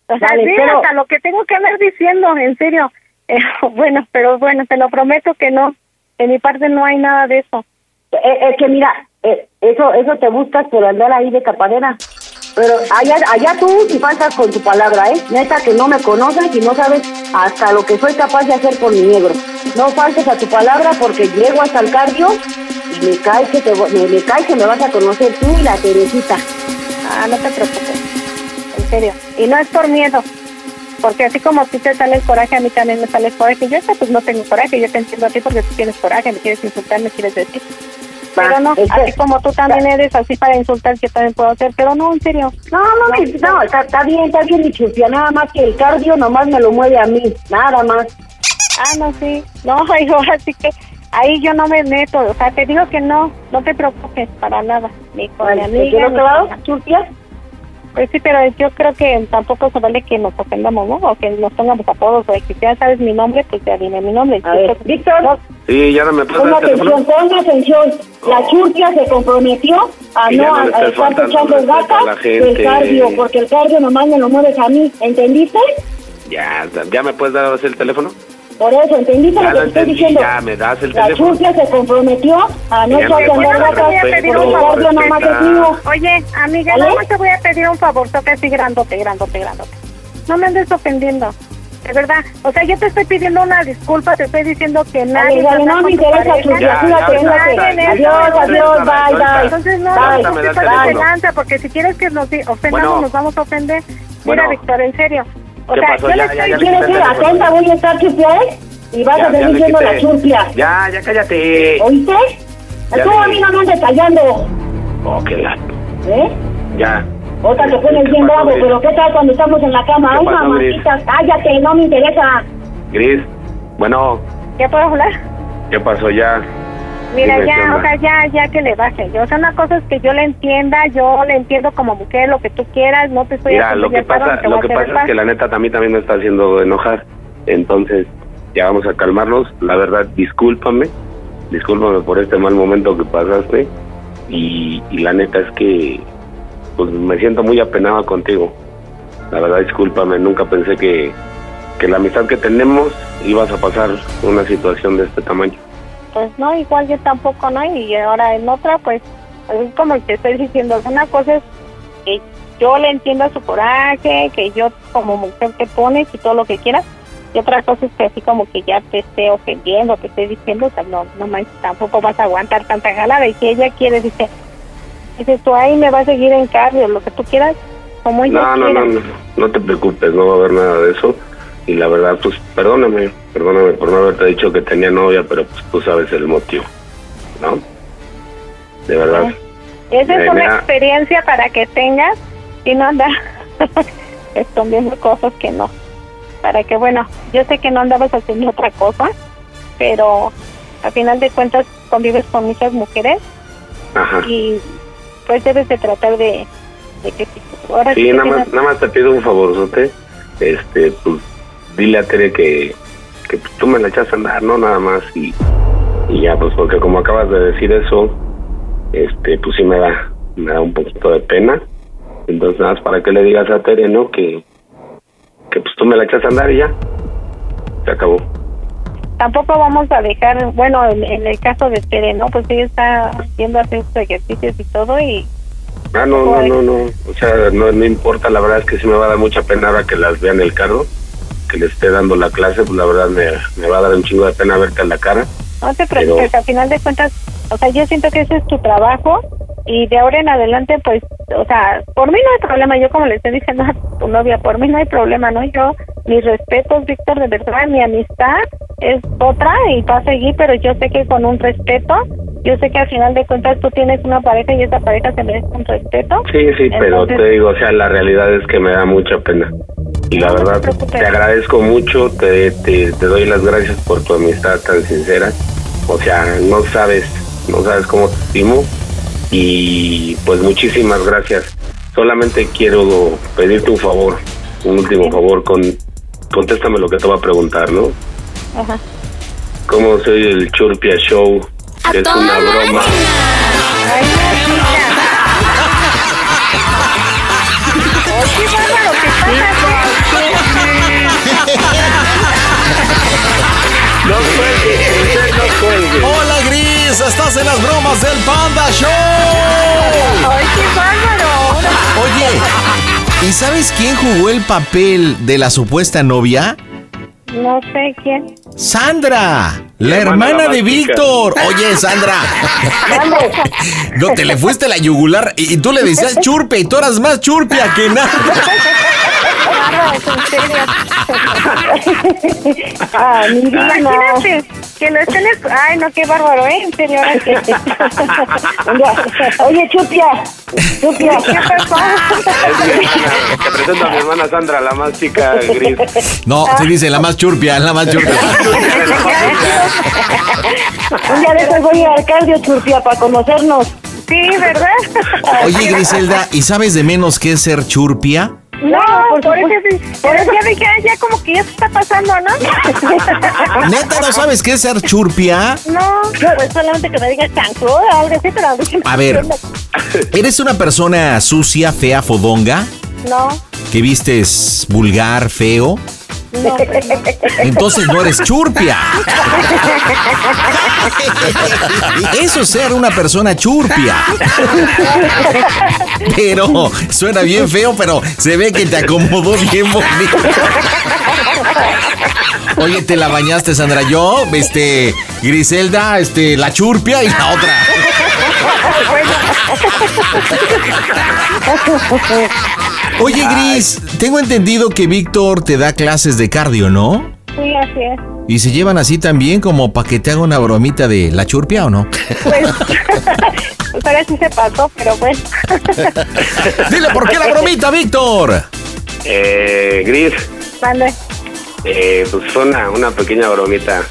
Speaker 8: O sea,
Speaker 4: Vale,
Speaker 8: sí,
Speaker 4: pero-
Speaker 8: hasta lo que tengo que andar diciendo, en serio. Eh, bueno, pero bueno, te lo prometo que no. De mi parte no hay nada de eso.
Speaker 4: Eh, Es que mira, eh, eso eso te buscas por andar ahí de capadera. Pero allá, allá tú si faltas con tu palabra, ¿eh? Neta que no me conoces y no sabes hasta lo que soy capaz de hacer por mi negro. No faltes a tu palabra porque llego hasta el cardio y me cae que, te, vo- me, me cae que me vas a conocer tú y la Teresita.
Speaker 8: Ah, no te preocupes. En serio. Y no es por miedo. Porque así como a ti te sale el coraje, a mí también me sale el coraje. Yo esta pues no tengo coraje. Yo te entiendo a ti porque tú tienes coraje. Me quieres insultar, me quieres decir.
Speaker 4: Va,
Speaker 8: Pero no,
Speaker 4: es que-
Speaker 8: así como tú también eres así para insultar, yo también puedo hacer. Pero no, en serio.
Speaker 4: No, no, mi- no, está, está bien, está bien mi chupia, nada más que el cardio nomás me lo mueve a mí, nada más.
Speaker 8: Ah, no, sí. No, hijo, así que ahí yo no me meto. O sea, te digo que no, no te preocupes para nada. Ni con mi
Speaker 4: Vale, ¿Te
Speaker 8: amiga.
Speaker 4: quedó
Speaker 8: ni
Speaker 4: claro,
Speaker 8: con-
Speaker 4: chupia?
Speaker 8: Pues sí, pero yo creo que tampoco se vale que nos ofendamos, ¿no? O que nos pongamos apodos. O que si ya sabes mi nombre, pues ya dime mi nombre.
Speaker 4: A
Speaker 8: Yo
Speaker 4: ver,
Speaker 8: creo que-
Speaker 4: Víctor.
Speaker 3: Sí, ya no me pasa
Speaker 4: Ponga
Speaker 3: el
Speaker 4: atención,
Speaker 3: teléfono.
Speaker 4: ponga atención. La churquia se comprometió a
Speaker 3: Oh. Que ya
Speaker 4: no,
Speaker 3: no le
Speaker 4: a- a
Speaker 3: estés
Speaker 4: estar
Speaker 3: faltando
Speaker 4: echando
Speaker 3: respeto a la
Speaker 4: gatas del
Speaker 3: gente.
Speaker 4: cardio, porque el cardio nomás me lo mueves a mí. ¿Entendiste?
Speaker 3: Ya, ya me puedes dar el teléfono.
Speaker 4: Por eso, ¿entendiste
Speaker 3: Ya
Speaker 4: lo que
Speaker 3: lo
Speaker 4: te estoy
Speaker 3: entendí,
Speaker 4: diciendo?
Speaker 3: ya me das el
Speaker 4: La
Speaker 3: teléfono.
Speaker 4: churquia se comprometió a no
Speaker 3: Ya me
Speaker 4: echar a andar
Speaker 3: falta
Speaker 4: gatas,
Speaker 3: el
Speaker 4: porque
Speaker 3: respeto,
Speaker 4: el cardio nomás
Speaker 3: respeta.
Speaker 4: es mío.
Speaker 8: Oye, amiga,
Speaker 4: ¿Aló?
Speaker 8: no te voy a pedir un favor, toca así grandote, grandote, grandote. No me andes ofendiendo, de verdad. O sea, yo te estoy pidiendo una disculpa, te estoy diciendo que nadie...
Speaker 4: dale,
Speaker 8: trata
Speaker 4: no
Speaker 8: con
Speaker 4: me
Speaker 8: tu
Speaker 4: interesa,
Speaker 8: pareja.
Speaker 4: Chuy,
Speaker 3: Ya,
Speaker 4: cuídate,
Speaker 3: ya, ya,
Speaker 4: cuídate.
Speaker 3: ya,
Speaker 4: Adiós,
Speaker 3: ya,
Speaker 4: adiós,
Speaker 3: ya, ya,
Speaker 4: bye,
Speaker 3: ya,
Speaker 4: bye.
Speaker 8: Entonces, no,
Speaker 4: Bye.
Speaker 8: no
Speaker 3: Ahorita me
Speaker 8: te
Speaker 3: das
Speaker 8: pases de
Speaker 3: teléfono.
Speaker 8: lanza, porque si quieres que nos ofendamos,
Speaker 3: Bueno.
Speaker 8: nos vamos a ofender. Mira,
Speaker 3: Bueno.
Speaker 8: Víctor, en serio. O
Speaker 3: ¿Qué
Speaker 8: sea,
Speaker 3: pasó?
Speaker 8: yo
Speaker 3: Ya,
Speaker 8: le
Speaker 3: ya, ya
Speaker 8: estoy-
Speaker 3: le
Speaker 4: ¿Quieres ir atenta? Voy a estar chupia, ¿eh? Y vas
Speaker 3: Ya,
Speaker 4: a
Speaker 3: ya
Speaker 4: seguir
Speaker 3: le
Speaker 4: siendo la
Speaker 3: quité.
Speaker 4: churquia.
Speaker 3: Ya, ya cállate.
Speaker 4: ¿Oíste?
Speaker 3: Ya
Speaker 4: Tú
Speaker 3: le-
Speaker 4: a mí no me andes callando,
Speaker 3: Oh, qué la...
Speaker 4: ¿eh?
Speaker 3: Ya.
Speaker 4: Otra te pones
Speaker 3: ¿Qué
Speaker 4: bien
Speaker 3: pasó,
Speaker 4: bravo,
Speaker 3: Gris?
Speaker 4: pero ¿qué tal cuando estamos en la cama?
Speaker 3: ¿Qué
Speaker 4: Ay,
Speaker 3: pasó,
Speaker 4: mamacita, cállate, no me interesa.
Speaker 3: Gris, bueno,
Speaker 8: ¿Ya puedo hablar?
Speaker 3: ¿qué pasó ya?
Speaker 8: Mira,
Speaker 3: Dime, ¿qué
Speaker 8: ya,
Speaker 3: onda?
Speaker 8: o sea, ya, ya que le baje. Yo, o sea, una cosa es que yo le entienda, yo le entiendo como mujer, lo que tú quieras, no te estoy
Speaker 3: Mira,
Speaker 8: haciendo
Speaker 3: lo que
Speaker 8: ya claro,
Speaker 3: pasa,
Speaker 8: te
Speaker 3: lo
Speaker 8: voy a
Speaker 3: que
Speaker 8: hacer
Speaker 3: pasa
Speaker 8: enojar.
Speaker 3: es que la neta a mí también me está haciendo enojar. Entonces, ya vamos a calmarnos. La verdad, discúlpame. Discúlpame por este mal momento que pasaste. Y, y la neta es que pues me siento muy apenado contigo. La verdad, discúlpame. Nunca pensé que, que la amistad que tenemos ibas a pasar una situación de este tamaño.
Speaker 8: Pues no, igual yo tampoco, ¿no? Y ahora en otra, pues, es como te estoy diciendo, una cosa es que yo le entienda su coraje, que yo como mujer te pones y todo lo que quieras, y otra cosa es que así como que ya te esté ofendiendo, te esté diciendo, o sea, no, no manches, tampoco vas a aguantar tanta jalada, y si ella quiere, dice, dices tú, ahí me va a seguir en cardio, lo que tú quieras, como ella
Speaker 3: No, no,
Speaker 8: quiera.
Speaker 3: no, no, no te preocupes, no va a haber nada de eso. Y la verdad, pues perdóname, perdóname por no haberte dicho que tenía novia, pero pues tú sabes el motivo, ¿no? De verdad.
Speaker 8: Esa es
Speaker 3: Mira,
Speaker 8: una
Speaker 3: mira.
Speaker 8: experiencia para que tengas y no andar escondiendo cosas que no. Para que, bueno, yo sé que no andabas haciendo otra cosa, pero al final de cuentas convives con muchas mujeres
Speaker 3: Ajá.
Speaker 8: y pues debes de tratar de, de que... Ahora
Speaker 3: Sí,
Speaker 8: que
Speaker 3: nada
Speaker 8: tengas-
Speaker 3: más, nada más te pido un favorzote. Este, pues dile a Tere que, que pues, tú me la echas a andar, ¿no? Nada más. Y, y ya, pues porque como acabas de decir eso, este, pues sí me da, me da un poquito de pena. Entonces, nada más para que le digas a Tere, ¿no? Que, que pues tú me la echas a andar y ya. Se acabó.
Speaker 8: tampoco vamos a dejar, bueno, en, en el caso de Tere, ¿no? Pues ella está haciendo hacer sus ejercicios y todo y
Speaker 3: Ah, no, no, no, no. O sea, no, no importa, la verdad es que sí me va a dar mucha pena ahora que las vean el carro, que le esté dando la clase, pues la verdad me, me va a dar un chingo de pena verte a la cara.
Speaker 8: No te preocupes,
Speaker 3: Pero-
Speaker 8: al final de cuentas, o sea, yo siento que ese es tu trabajo y de ahora en adelante, pues, o sea, por mí no hay problema, yo como le estoy diciendo a tu novia, por mí no hay problema, ¿no? Yo mis respetos, Víctor, de verdad, mi amistad es otra y va a seguir, pero yo sé que con un respeto, yo sé que al final de cuentas tú tienes una pareja y esa pareja se merece un respeto.
Speaker 3: Sí, sí, pero
Speaker 8: Entonces,
Speaker 3: te digo, o sea, la realidad es que me da mucha pena. Y la
Speaker 8: No, no te
Speaker 3: verdad,
Speaker 8: preocupes.
Speaker 3: te agradezco mucho, te, te, te doy las gracias por tu amistad tan sincera. O sea, no sabes, no sabes cómo te estimo. Y pues muchísimas gracias. Solamente quiero pedirte un favor, un último favor, con contéstame lo que te voy a preguntar, ¿no?
Speaker 8: Ajá.
Speaker 3: ¿Cómo soy el Churpia Show?
Speaker 5: ¡A
Speaker 3: Que es
Speaker 5: toda
Speaker 3: una broma.
Speaker 5: máquina!
Speaker 8: Ay, no, chica. Ay, qué bárbaro, qué
Speaker 3: No cuelgues, usted no cuelgue.
Speaker 2: ¡Hola, Gris! ¡Estás en las bromas del Panda Show!
Speaker 8: pasa. Ay, qué bárbaro.
Speaker 2: Oye, ¿y sabes quién jugó el papel de la supuesta novia?
Speaker 8: No sé quién.
Speaker 2: Sandra, la
Speaker 3: hermana
Speaker 2: hermana de
Speaker 3: dramática.
Speaker 2: Víctor. Oye, Sandra, no te le fuiste la yugular y, y tú le decías churpe y tú eras más churpia que nada.
Speaker 8: Bárbaros, en serio. Ah, mi vida, no.
Speaker 9: que lo estén escu- Ay, no, qué bárbaro, ¿eh? En serio, ahora que-
Speaker 8: Ya. Oye, Chupia, Chupia, ¿qué pasó?
Speaker 3: Te presento a mi hermana Sandra, la más chica gris.
Speaker 2: No, se dice la más churpia, la más churpia.
Speaker 8: Un día de estos voy a ir al cardio, Chupia, para conocernos.
Speaker 9: Sí, ¿verdad?
Speaker 2: Oye, Griselda, ¿y sabes de menos qué es ser churpia?
Speaker 9: No,
Speaker 8: por
Speaker 9: por,
Speaker 8: supuesto.
Speaker 9: eso sí. Pero ya dije, ay, ya como que ya se está pasando, ¿no?
Speaker 2: ¿Neta no sabes qué es ser churpia?
Speaker 9: No,
Speaker 8: Pues solamente que me digas chancluda o algo así, pero a mí-
Speaker 2: A ver, ¿eres una persona sucia, fea, fodonga?
Speaker 8: No,
Speaker 2: ¿Que vistes vulgar, feo?
Speaker 8: no, pues no.
Speaker 2: Entonces no eres churpia. Eso es ser una persona churpia. Pero suena bien feo, pero se ve que te acomodó bien bonito. Oye, te la bañaste, Sandra. Yo, este, Griselda, este, la churpia y la otra. Oye, Gris, tengo entendido que Víctor te da clases de cardio, ¿no?
Speaker 8: Sí, así es.
Speaker 2: ¿Y se llevan así también como para que te haga una bromita de la churpia o no?
Speaker 8: Pues ahora sí se pasó, pero bueno.
Speaker 2: Dile por qué la bromita, Víctor.
Speaker 3: Eh, gris,
Speaker 8: Mande.
Speaker 3: eh, pues fue una, una pequeña bromita.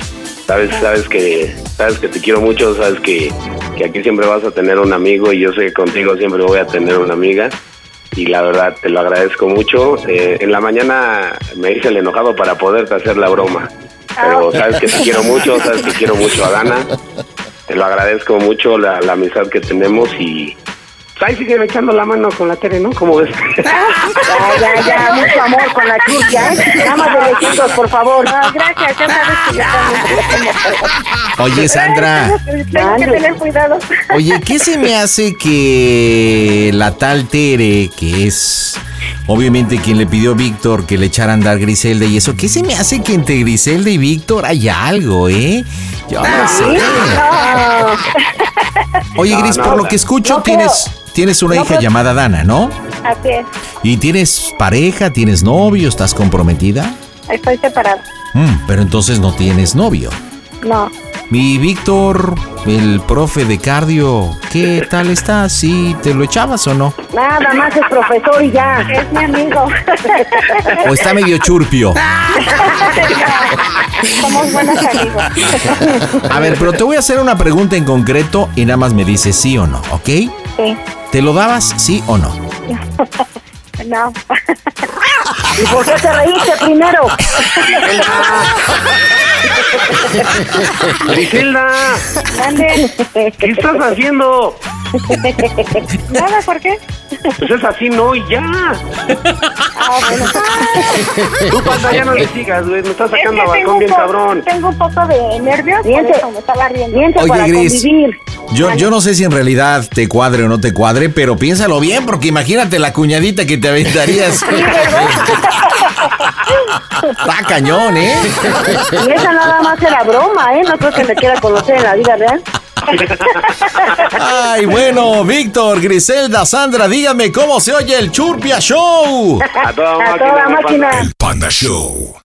Speaker 3: Sabes, sabes que, sabes que te quiero mucho, sabes que, que aquí siempre vas a tener un amigo y yo sé que contigo siempre voy a tener una amiga. Y la verdad, te lo agradezco mucho. Eh, en la mañana me hice el enojado para poderte hacer la broma. Pero sabes que te quiero mucho, sabes que quiero mucho a Dana. Te lo agradezco mucho la, la amistad que tenemos y... pues, Ahí sigue echando la mano con la tele, ¿no? ¿Cómo ves?
Speaker 8: Ya, ya, ya, mucho amor con la Chupia. ¿eh? Nada más de lejitos, por favor.
Speaker 9: no, gracias, ya sabes que yo también.
Speaker 2: Oye, Sandra.
Speaker 9: Tengo que- Tengo que
Speaker 8: Mande.
Speaker 9: tener cuidado.
Speaker 2: Oye, ¿qué se me hace que la tal Tere, que es obviamente quien le pidió a Víctor que le echara a andar Griselda y eso, ¿qué se me hace que entre Griselda y Víctor hay algo, eh? Yo no sé. Oye, Gris,
Speaker 3: Ah, No, no,
Speaker 2: por lo
Speaker 3: no. pues.
Speaker 2: que escucho,
Speaker 8: No creo.
Speaker 2: tienes, tienes una
Speaker 8: No
Speaker 2: hija
Speaker 8: creo.
Speaker 2: llamada Dana, ¿no?
Speaker 8: Así es,
Speaker 2: ¿Y tienes pareja, tienes novio, estás comprometida?
Speaker 8: estoy separada.
Speaker 2: Mm, pero entonces no tienes novio.
Speaker 8: No,
Speaker 2: Mi Víctor, el profe de cardio, ¿qué tal está? ¿Sí te lo echabas o no?
Speaker 4: Nada más es profesor y ya.
Speaker 8: es mi amigo.
Speaker 2: ¿O está medio churpio?
Speaker 8: Somos buenos amigos.
Speaker 2: A ver, pero te voy a hacer una pregunta en concreto y nada más me dices sí o no, ¿ok?
Speaker 8: Sí,
Speaker 2: ¿Te lo dabas sí o no?
Speaker 8: no.
Speaker 4: ¿Y por qué te reíste primero?
Speaker 3: ¡Griselda!
Speaker 8: Mande.
Speaker 3: ¿Qué estás haciendo?
Speaker 8: Nada, ¿por qué?
Speaker 3: Pues es así, no, y ya.
Speaker 8: Ah, bueno.
Speaker 3: Tú, panda, ya no le sigas, güey. Me estás sacando a balcón bien
Speaker 8: po-
Speaker 3: cabrón.
Speaker 8: tengo un poco de nervios,
Speaker 4: Miente.
Speaker 8: por eso me estaba riendo.
Speaker 4: Miente
Speaker 2: Oye,
Speaker 4: para
Speaker 2: Gris.
Speaker 4: convivir.
Speaker 2: Yo, yo no sé si en realidad te cuadre o no te cuadre, pero piénsalo bien, porque imagínate la cuñadita que te aventarías. Está cañón, ¿eh?
Speaker 4: Y esa nada más era broma, ¿eh? No creo que me quiera conocer en la vida real.
Speaker 2: Ay, bueno, Víctor, Griselda, Sandra, dígame cómo se oye el Churpia Show.
Speaker 3: A toda
Speaker 4: A toda máquina.
Speaker 7: El Panda Show.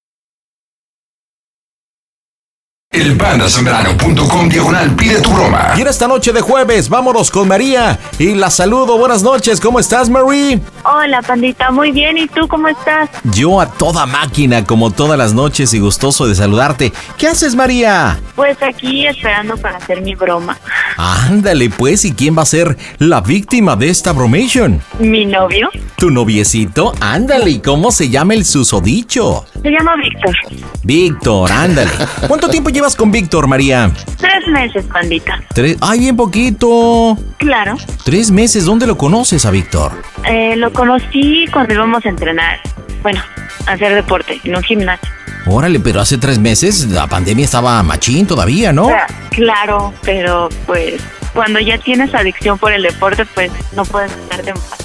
Speaker 1: Elpandasambrano.com diagonal pide tu broma.
Speaker 2: Y en esta noche de jueves, vámonos con María. Y la saludo, buenas noches, ¿cómo estás, Marie?
Speaker 9: Hola, pandita, muy bien. ¿Y tú cómo estás?
Speaker 2: Yo a toda máquina, como todas las noches, y gustoso de saludarte. ¿Qué haces, María?
Speaker 9: Pues aquí esperando para hacer mi broma.
Speaker 2: Ándale, pues, ¿y quién va a ser la víctima de esta bromation?
Speaker 9: Mi novio
Speaker 2: ¿Tu noviecito? Ándale, ¿y cómo se llama el susodicho?
Speaker 9: se llama Víctor.
Speaker 2: Víctor, ándale. ¿Cuánto tiempo llevas con Víctor, María?
Speaker 9: Tres meses, pandita.
Speaker 2: Tres. Ay, bien poquito.
Speaker 9: Claro.
Speaker 2: Tres meses. ¿Dónde lo conoces a Víctor?
Speaker 9: Eh, lo conocí cuando íbamos a entrenar. Bueno, a hacer deporte en un gimnasio.
Speaker 2: Órale, pero hace tres meses la pandemia estaba machín todavía, ¿no?
Speaker 9: O sea,
Speaker 4: Oh.
Speaker 9: claro, pero pues cuando ya tienes adicción por el deporte, pues no puedes estarte en paz.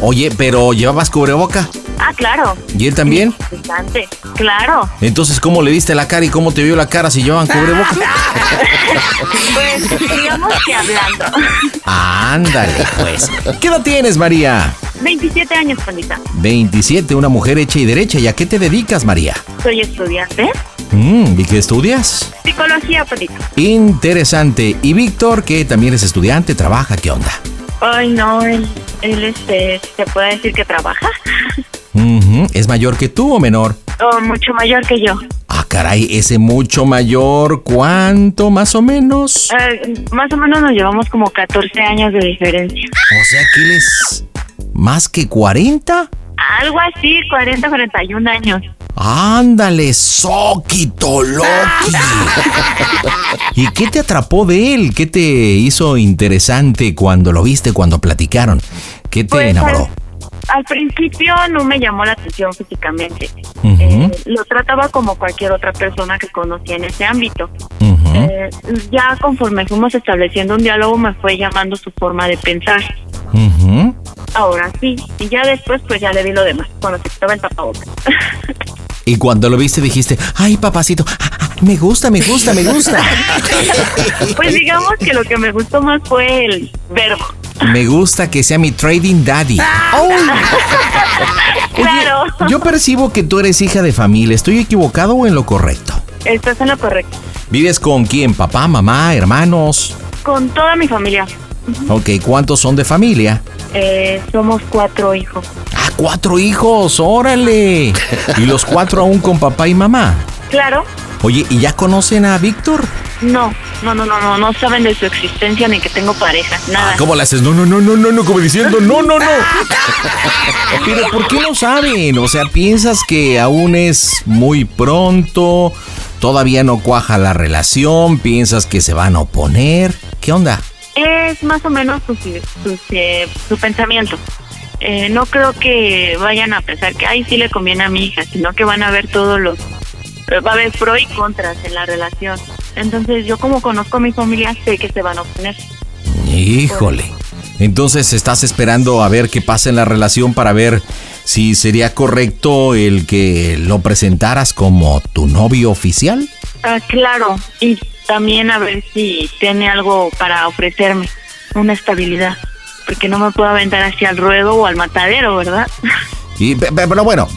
Speaker 2: Oye, pero llevabas cubreboca.
Speaker 9: Ah, claro.
Speaker 2: ¿Y él también?
Speaker 9: Bastante. Claro.
Speaker 2: Entonces, ¿cómo le viste la cara y cómo te vio la cara si llevan cubreboca?
Speaker 9: Pues digamos que hablando.
Speaker 2: Ándale, pues. ¿Qué edad tienes, María?
Speaker 9: 27 años, pandita.
Speaker 2: 27, una mujer hecha y derecha. ¿Y a qué te dedicas, María?
Speaker 9: Soy estudiante.
Speaker 2: Mm, ¿Y qué estudias?
Speaker 9: Psicología, pandita.
Speaker 2: Interesante. ¿Y Víctor, que también es estudiante, trabaja? ¿Qué onda?
Speaker 9: Ay, no, él, él este, se puede decir que trabaja.
Speaker 2: Ujú, ¿Es mayor que tú o menor?
Speaker 9: O mucho mayor que yo.
Speaker 2: Ah, caray, ese mucho mayor, ¿cuánto más o menos?
Speaker 9: Eh, más o menos nos llevamos como 14 años de diferencia.
Speaker 2: O sea, que él es más que 40.
Speaker 9: Algo así, 40, 41 años.
Speaker 2: Ándale, Soquito Loki. ¿Y qué te atrapó de él? ¿Qué te hizo interesante cuando lo viste, cuando platicaron? ¿Qué te enamoró?
Speaker 9: Pues, al, al principio no me llamó la atención físicamente.
Speaker 2: Ujú.
Speaker 9: Eh, lo trataba como cualquier otra persona que conocía en ese ámbito.
Speaker 2: Ujú.
Speaker 9: Eh, ya conforme fuimos estableciendo un diálogo me fue llamando su forma de pensar.
Speaker 2: Ujú.
Speaker 9: Ahora sí. Y ya después pues ya le vi lo demás, cuando se quitaba el tapabocas.
Speaker 2: Y cuando lo viste dijiste, ay papacito, ah, ah, me gusta, me gusta, me gusta.
Speaker 9: pues digamos que lo que me gustó más fue el verbo.
Speaker 2: me gusta que sea mi trading daddy. ¡Ay! Oye,
Speaker 9: Claro.
Speaker 2: Yo percibo que tú eres hija de familia. ¿Estoy equivocado o en lo correcto?
Speaker 9: Estás en lo correcto.
Speaker 2: ¿Vives con quién? ¿Papá, mamá, hermanos?
Speaker 9: Con toda mi familia.
Speaker 2: Ok, ¿cuántos son de familia?
Speaker 9: Eh, somos cuatro hijos.
Speaker 2: Ah, cuatro hijos, órale. Y los cuatro aún con papá y mamá.
Speaker 9: Claro.
Speaker 2: Oye, ¿y ya conocen a Víctor?
Speaker 9: No, no, no, no, no, no saben de su existencia ni que tengo pareja, nada.
Speaker 2: Ah, ¿Cómo le haces? No, no, no, no, no, no, como diciendo, no, no, no. Pero ¿por qué no saben? O sea, piensas que aún es muy pronto, todavía no cuaja la relación, piensas que se van a oponer. ¿Qué onda?
Speaker 9: Es más o menos su, su, su- eh, su pensamiento. Eh, no creo que vayan a pensar que, ay, sí le conviene a mi hija, sino que van a ver todos los... eh, Va a haber pro y contras en la relación. Entonces yo como conozco a mi familia, sé que se van a oponer.
Speaker 2: Híjole. Entonces estás esperando a ver qué pasa en la relación para ver si sería correcto el que lo presentaras como tu novio oficial.
Speaker 9: Ah, claro, y también a ver si tiene algo para ofrecerme, una estabilidad, porque no me puedo aventar hacia el ruedo o al matadero, ¿verdad?
Speaker 2: Y, pe- pe- pero bueno,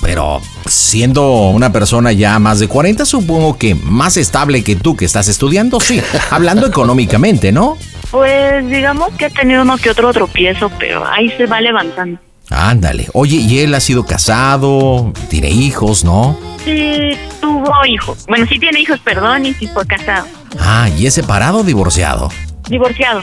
Speaker 2: pero siendo una persona ya más de 40, supongo que más estable que tú que estás estudiando, sí, hablando económicamente, ¿no?
Speaker 9: Pues digamos que ha tenido uno que otro tropiezo, pero ahí se va levantando.
Speaker 2: Ándale. Oye, y él ha sido casado, tiene hijos, ¿no?
Speaker 9: Sí, tuvo hijos. Bueno, sí tiene hijos, perdón, y sí fue casado.
Speaker 2: Ah, y es separado o divorciado.
Speaker 9: Divorciado.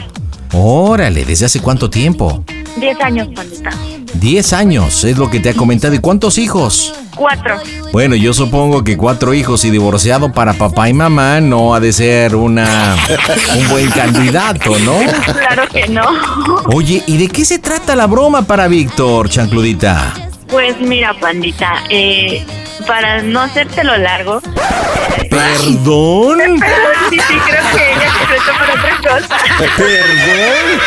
Speaker 2: Órale, ¿desde hace cuánto tiempo?
Speaker 9: Diez años, pandita.
Speaker 2: 10 años, es lo que te ha comentado. ¿Y cuántos hijos?
Speaker 9: Cuatro.
Speaker 2: Bueno, yo supongo que cuatro hijos y divorciado para papá y mamá no ha de ser una un buen candidato, ¿no?
Speaker 9: Claro que no.
Speaker 2: Oye, ¿y de qué se trata la broma para Víctor, chancludita?
Speaker 9: Pues mira, pandita, eh, para no hacértelo largo,
Speaker 2: ¿Perdón?
Speaker 9: Perdón, sí, sí, creo que ella se prestó para otra cosa.
Speaker 2: ¿Perdón?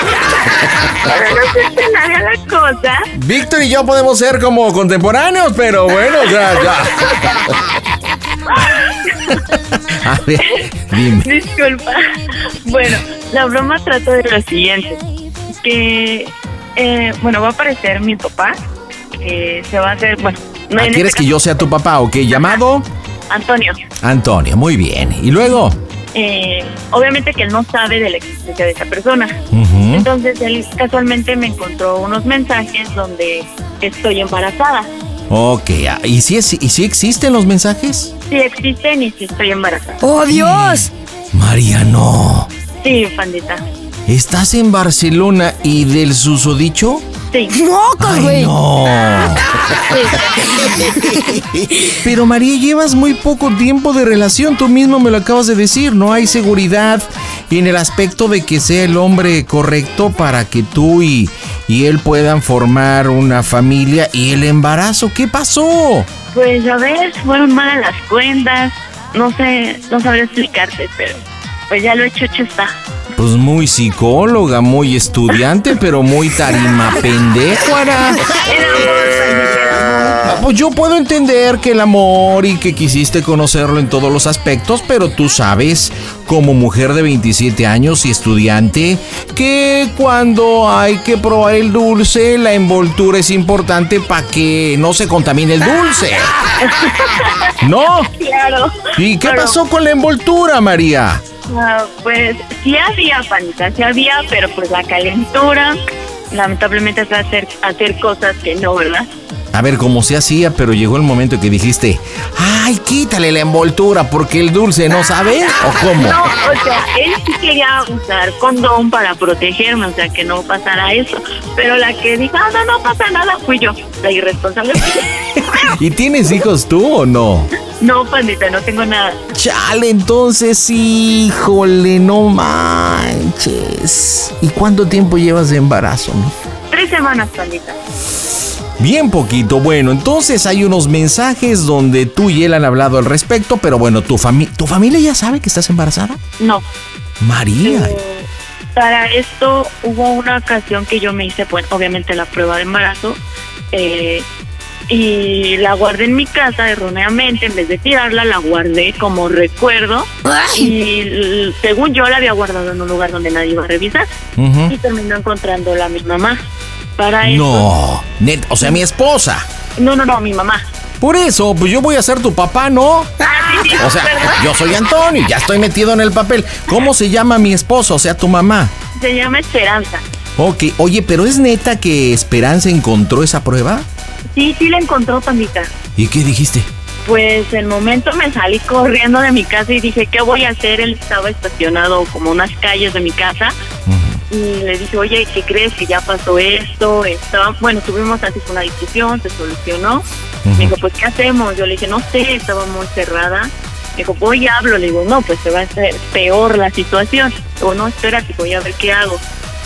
Speaker 9: Para no hacerte larga la cosa,
Speaker 2: Víctor y yo podemos ser como contemporáneos, pero bueno, ya, ya. A ver, dime.
Speaker 9: disculpa. Bueno, La broma trata de lo siguiente, que, eh, bueno, va a aparecer mi papá, que se va a hacer, bueno, no,
Speaker 2: Ah,
Speaker 9: en
Speaker 2: ¿Quieres
Speaker 9: este
Speaker 2: que yo sea tu papá o qué? Llamado
Speaker 9: caso, Antonio.
Speaker 2: Antonio, muy bien. ¿Y luego?
Speaker 9: Eh, obviamente que él no sabe de la existencia de esa persona.
Speaker 2: Ujú.
Speaker 9: Entonces él casualmente me encontró unos mensajes donde estoy embarazada.
Speaker 2: Ok, ah, ¿y si, es, ¿y si existen los mensajes?
Speaker 9: Si existen y si estoy embarazada.
Speaker 5: ¡Oh, Dios!
Speaker 2: Mariano,
Speaker 9: Sí, pandita.
Speaker 2: ¿estás en Barcelona y del susodicho?
Speaker 9: Sí.
Speaker 5: ¡Mocos,
Speaker 2: ¡Ay,
Speaker 5: güey!
Speaker 2: no! Pero María, llevas muy poco tiempo de relación, tú mismo me lo acabas de decir, no hay seguridad en el aspecto de que sea el hombre correcto para que tú y, y él puedan formar una familia y el embarazo, ¿qué pasó?
Speaker 9: Pues a ver, fueron malas las cuentas. No sé, no sabré explicarte, pero pues ya lo hecho, hecho está.
Speaker 2: Pues muy psicóloga, muy estudiante, pero muy tarima pendejuara.
Speaker 9: Era amor,
Speaker 2: Ah, Pues yo puedo entender que el amor y que quisiste conocerlo en todos los aspectos, pero tú sabes, como mujer de 27 años y estudiante, que cuando hay que probar el dulce, la envoltura es importante para que no se contamine el dulce. ¿No?
Speaker 9: Claro.
Speaker 2: ¿Y qué
Speaker 9: Pero,
Speaker 2: pasó con la envoltura, María?
Speaker 9: ah, pues sí había, pandita, sí había, pero pues la calentura. Lamentablemente es hacer, hacer cosas que no, ¿verdad?
Speaker 2: A ver, cómo se hacía, pero llegó el momento que dijiste, ay, quítale la envoltura porque el dulce no sabe, ¿o cómo?
Speaker 9: No, o sea, él sí quería usar condón para protegerme, o sea, que no pasara eso. Pero la que dijo, ah, no, no pasa nada, fui yo. La irresponsable fui yo.
Speaker 2: ¿Y tienes hijos tú o no?
Speaker 9: No, pandita, no tengo nada.
Speaker 2: Chale, entonces, híjole, no manches. ¿Y cuánto tiempo llevas de embarazo? mi?
Speaker 9: Tres semanas, pandita.
Speaker 2: Bien poquito. Bueno, entonces hay unos mensajes donde tú y él han hablado al respecto, pero bueno, tu, fami- ¿tu familia ya sabe que estás embarazada.
Speaker 9: No.
Speaker 2: María.
Speaker 9: Eh, Para esto hubo una ocasión que yo me hice, pues, obviamente, la prueba de embarazo. eh, y la guardé en mi casa erróneamente, en vez de tirarla, la guardé como recuerdo.
Speaker 5: ¡Ay!
Speaker 9: Y l- según yo la había guardado en un lugar donde nadie iba a revisar. y
Speaker 2: Ujú.
Speaker 9: terminó encontrándola a mi mamá. Para eso.
Speaker 2: No, net, o sea, mi esposa.
Speaker 9: No, no, no, mi mamá.
Speaker 2: Por eso, pues yo voy a ser tu papá, ¿no?
Speaker 9: Ah, sí, sí,
Speaker 2: O sea,
Speaker 9: perdón.
Speaker 2: yo soy Antonio, ya estoy metido en el papel. ¿Cómo se llama mi esposa, o sea, tu mamá?
Speaker 9: Se llama Esperanza.
Speaker 2: Ok, oye, pero es neta que Esperanza encontró esa prueba.
Speaker 9: Sí, sí la encontró, pandita.
Speaker 2: ¿Y qué dijiste?
Speaker 9: Pues el momento me salí corriendo de mi casa y dije, ¿qué voy a hacer? Él estaba estacionado como unas calles de mi casa. Y le dije, oye, ¿qué crees que ya pasó esto? Estaba, bueno, tuvimos antes una discusión, se solucionó. Me dijo, pues, ¿qué hacemos? Yo le dije, no sé, estaba muy cerrada. Me dijo, voy y hablo. Le digo, no, pues se va a hacer peor la situación. O no, espérate, voy a ver qué hago.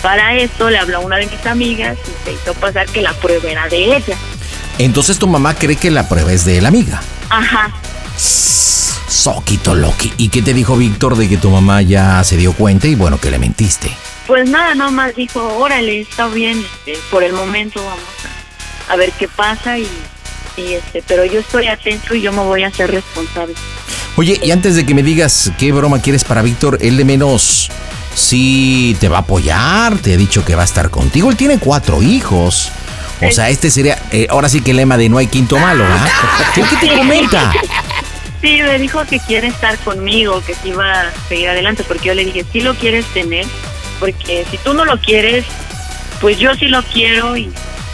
Speaker 9: Para esto le habló a una de mis amigas y se hizo pasar que la prueba era de ella.
Speaker 2: Entonces tu mamá cree que la prueba es de la amiga.
Speaker 9: Ajá,
Speaker 2: Soquito Loki. ¿Y qué te dijo Víctor de que tu mamá ya se dio cuenta y bueno, que le mentiste?
Speaker 9: Pues nada, nomás dijo, órale, está bien, este, por el momento vamos a, a ver qué pasa y, y, este, pero yo estoy atento y yo me voy a hacer responsable.
Speaker 2: Oye, y antes de que me digas qué broma quieres para Víctor, él de menos sí te va a apoyar, te ha dicho que va a estar contigo. Él tiene cuatro hijos. O sea, este sería, eh, ahora sí que el lema de no hay quinto malo, ¿verdad? ¿Qué, qué te comenta?
Speaker 9: Sí, me dijo que quiere estar conmigo, que sí va a seguir adelante, porque yo le dije, si lo quieres tener, porque si tú no lo quieres, pues yo sí lo quiero y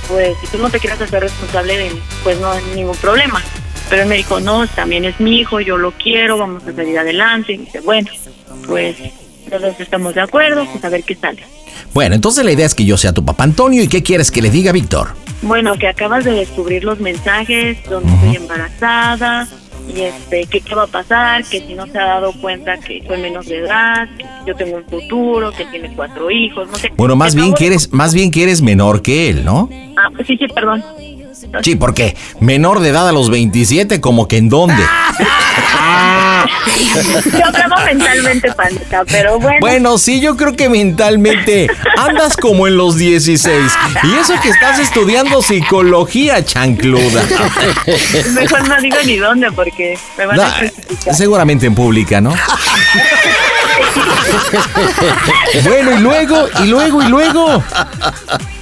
Speaker 9: pues si tú no te quieres hacer responsable de mí, pues no hay ningún problema. Pero él me dijo, no, también es mi hijo, yo lo quiero, vamos a salir adelante. Y dice, bueno, pues todos estamos de acuerdo, pues a ver qué sale.
Speaker 2: Bueno, entonces la idea es que yo sea tu papá Antonio y qué quieres que le diga Víctor.
Speaker 9: Bueno, que acabas de descubrir los mensajes donde estoy embarazada y este, que qué va a pasar, que si no se ha dado cuenta que soy menos de edad, que yo tengo un futuro, que tiene cuatro hijos, no sé.
Speaker 2: Bueno, más
Speaker 9: Que
Speaker 2: bien
Speaker 9: acabo-
Speaker 2: que eres, más bien que eres menor que él, ¿no?
Speaker 9: Ah, sí, sí, perdón.
Speaker 2: Sí, porque menor de edad a los 27, como que en dónde.
Speaker 9: Yo hablaba mentalmente, pandita, pero bueno.
Speaker 2: Bueno, sí, yo creo que mentalmente andas como en los 16. Y eso que estás estudiando psicología, chancluda.
Speaker 9: Mejor no digo ni dónde porque me van a
Speaker 2: Da-
Speaker 9: crucificar.
Speaker 2: seguramente en pública, ¿no? bueno, y luego, y luego, y luego.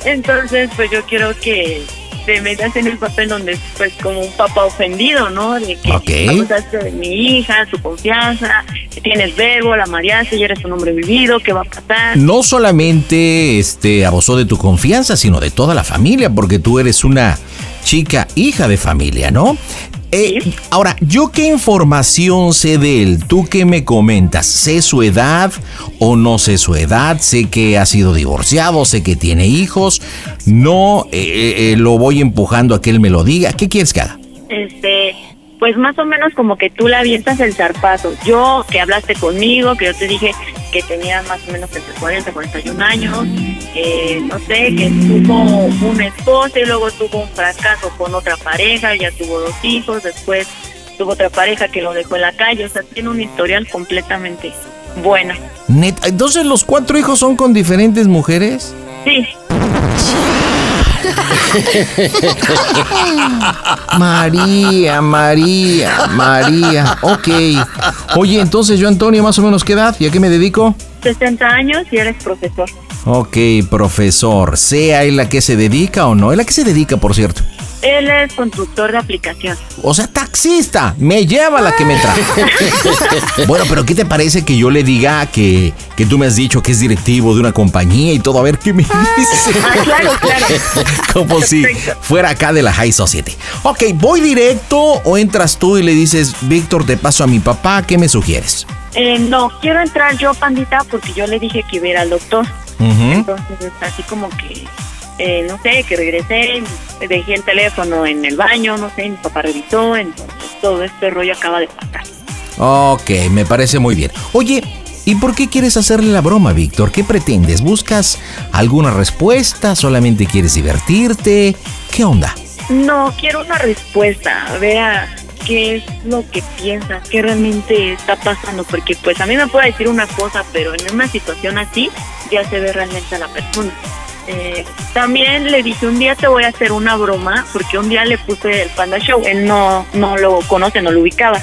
Speaker 9: Entonces, pues yo quiero que te metas en el papel donde, pues, como un papá ofendido, ¿no? De que
Speaker 2: Ok.
Speaker 9: abusaste de mi hija, su confianza, que tienes verbo, la mareaste, ya eres un hombre vivido, ¿qué va a pasar?
Speaker 2: No solamente este, abusó de tu confianza, sino de toda la familia, porque tú eres una chica hija de familia, ¿no? Eh, Ahora, ¿yo qué información sé de él? ¿Tú qué me comentas? ¿Sé su edad o no sé su edad? ¿Sé que ha sido divorciado? ¿Sé que tiene hijos? ¿No eh, eh, lo voy empujando a que él me lo diga? ¿Qué quieres que haga?
Speaker 9: Este, pues más o menos como que tú le avientas el zarpazo. Yo, que hablaste conmigo, que yo te dije que tenías más o menos entre 40 y 41 años, eh, no sé, que tuvo una esposa y luego tuvo un fracaso con otra pareja, ya tuvo dos hijos, después tuvo otra pareja que lo dejó en la calle, o sea, tiene un historial completamente bueno.
Speaker 2: Neta, Entonces, ¿los cuatro hijos son con diferentes mujeres?
Speaker 9: Sí,
Speaker 2: María, María, María. Ok. Oye, entonces yo, Antonio, más o menos qué edad y a qué me dedico?
Speaker 9: 60 años y eres profesor.
Speaker 2: Ok, profesor. ¿Sea él la que se dedica o no? ¿Es la que se dedica, por cierto?
Speaker 9: Él es constructor de aplicación.
Speaker 2: O sea, taxista. Me lleva la que me trae. bueno, pero ¿qué te parece que yo le diga que, que tú me has dicho que es directivo de una compañía y todo? A ver qué me dice.
Speaker 9: Ah, claro, claro.
Speaker 2: Como si fuera acá de la High Society. Ok, ¿voy directo o entras tú y le dices, Víctor, te paso a mi papá? ¿Qué me sugieres?
Speaker 9: Eh, no, quiero entrar yo, pandita, porque yo le dije que viera al doctor.
Speaker 2: Ujú.
Speaker 9: Entonces, es así como que, eh, no sé, que regresé, dejé el teléfono en el baño, no sé, mi papá revisó, entonces todo este rollo acaba de pasar.
Speaker 2: Ok, me parece muy bien. Oye, ¿y por qué quieres hacerle la broma, Víctor? ¿Qué pretendes? ¿Buscas alguna respuesta? ¿Solamente quieres divertirte? ¿Qué onda?
Speaker 9: No, quiero una respuesta, a ver a qué es lo que piensas, qué realmente está pasando, porque pues a mí me puede decir una cosa, pero en una situación así ya se ve realmente a la persona. Eh, también le dije un día te voy a hacer una broma, porque un día le puse el Panda Show, él no, no lo conoce, no lo ubicaba.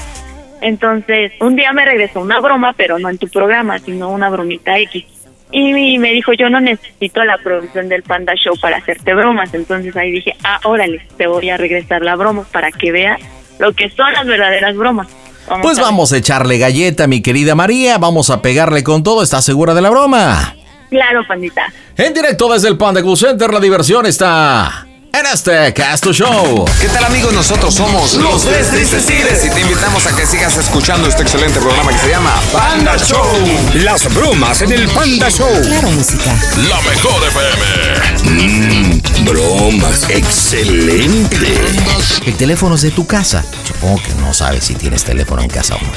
Speaker 9: Entonces, un día me regresó una broma, pero no en tu programa, sino una bromita X. Y mi- me dijo, yo no necesito la producción del Panda Show para hacerte bromas. Entonces ahí dije, ah, órale, te voy a regresar la broma para que veas lo que son las verdaderas bromas. Vamos
Speaker 2: Pues
Speaker 9: a ver.
Speaker 2: vamos a echarle galleta, mi querida María. Vamos a pegarle con todo. ¿Estás segura de la broma?
Speaker 9: Claro, pandita.
Speaker 2: En directo desde el Panda Cool Center, la diversión está en este Casto Show.
Speaker 10: ¿Qué tal amigos? Nosotros somos los tres tristes tigres y te invitamos a que sigas escuchando este excelente programa que se llama Panda Show.
Speaker 7: Las bromas en el Panda Show.
Speaker 11: Claro, música.
Speaker 7: La mejor FM.
Speaker 10: Mm,
Speaker 7: bromas. Excelente.
Speaker 2: El teléfono es de tu casa. Supongo que no sabes si tienes teléfono en casa o no.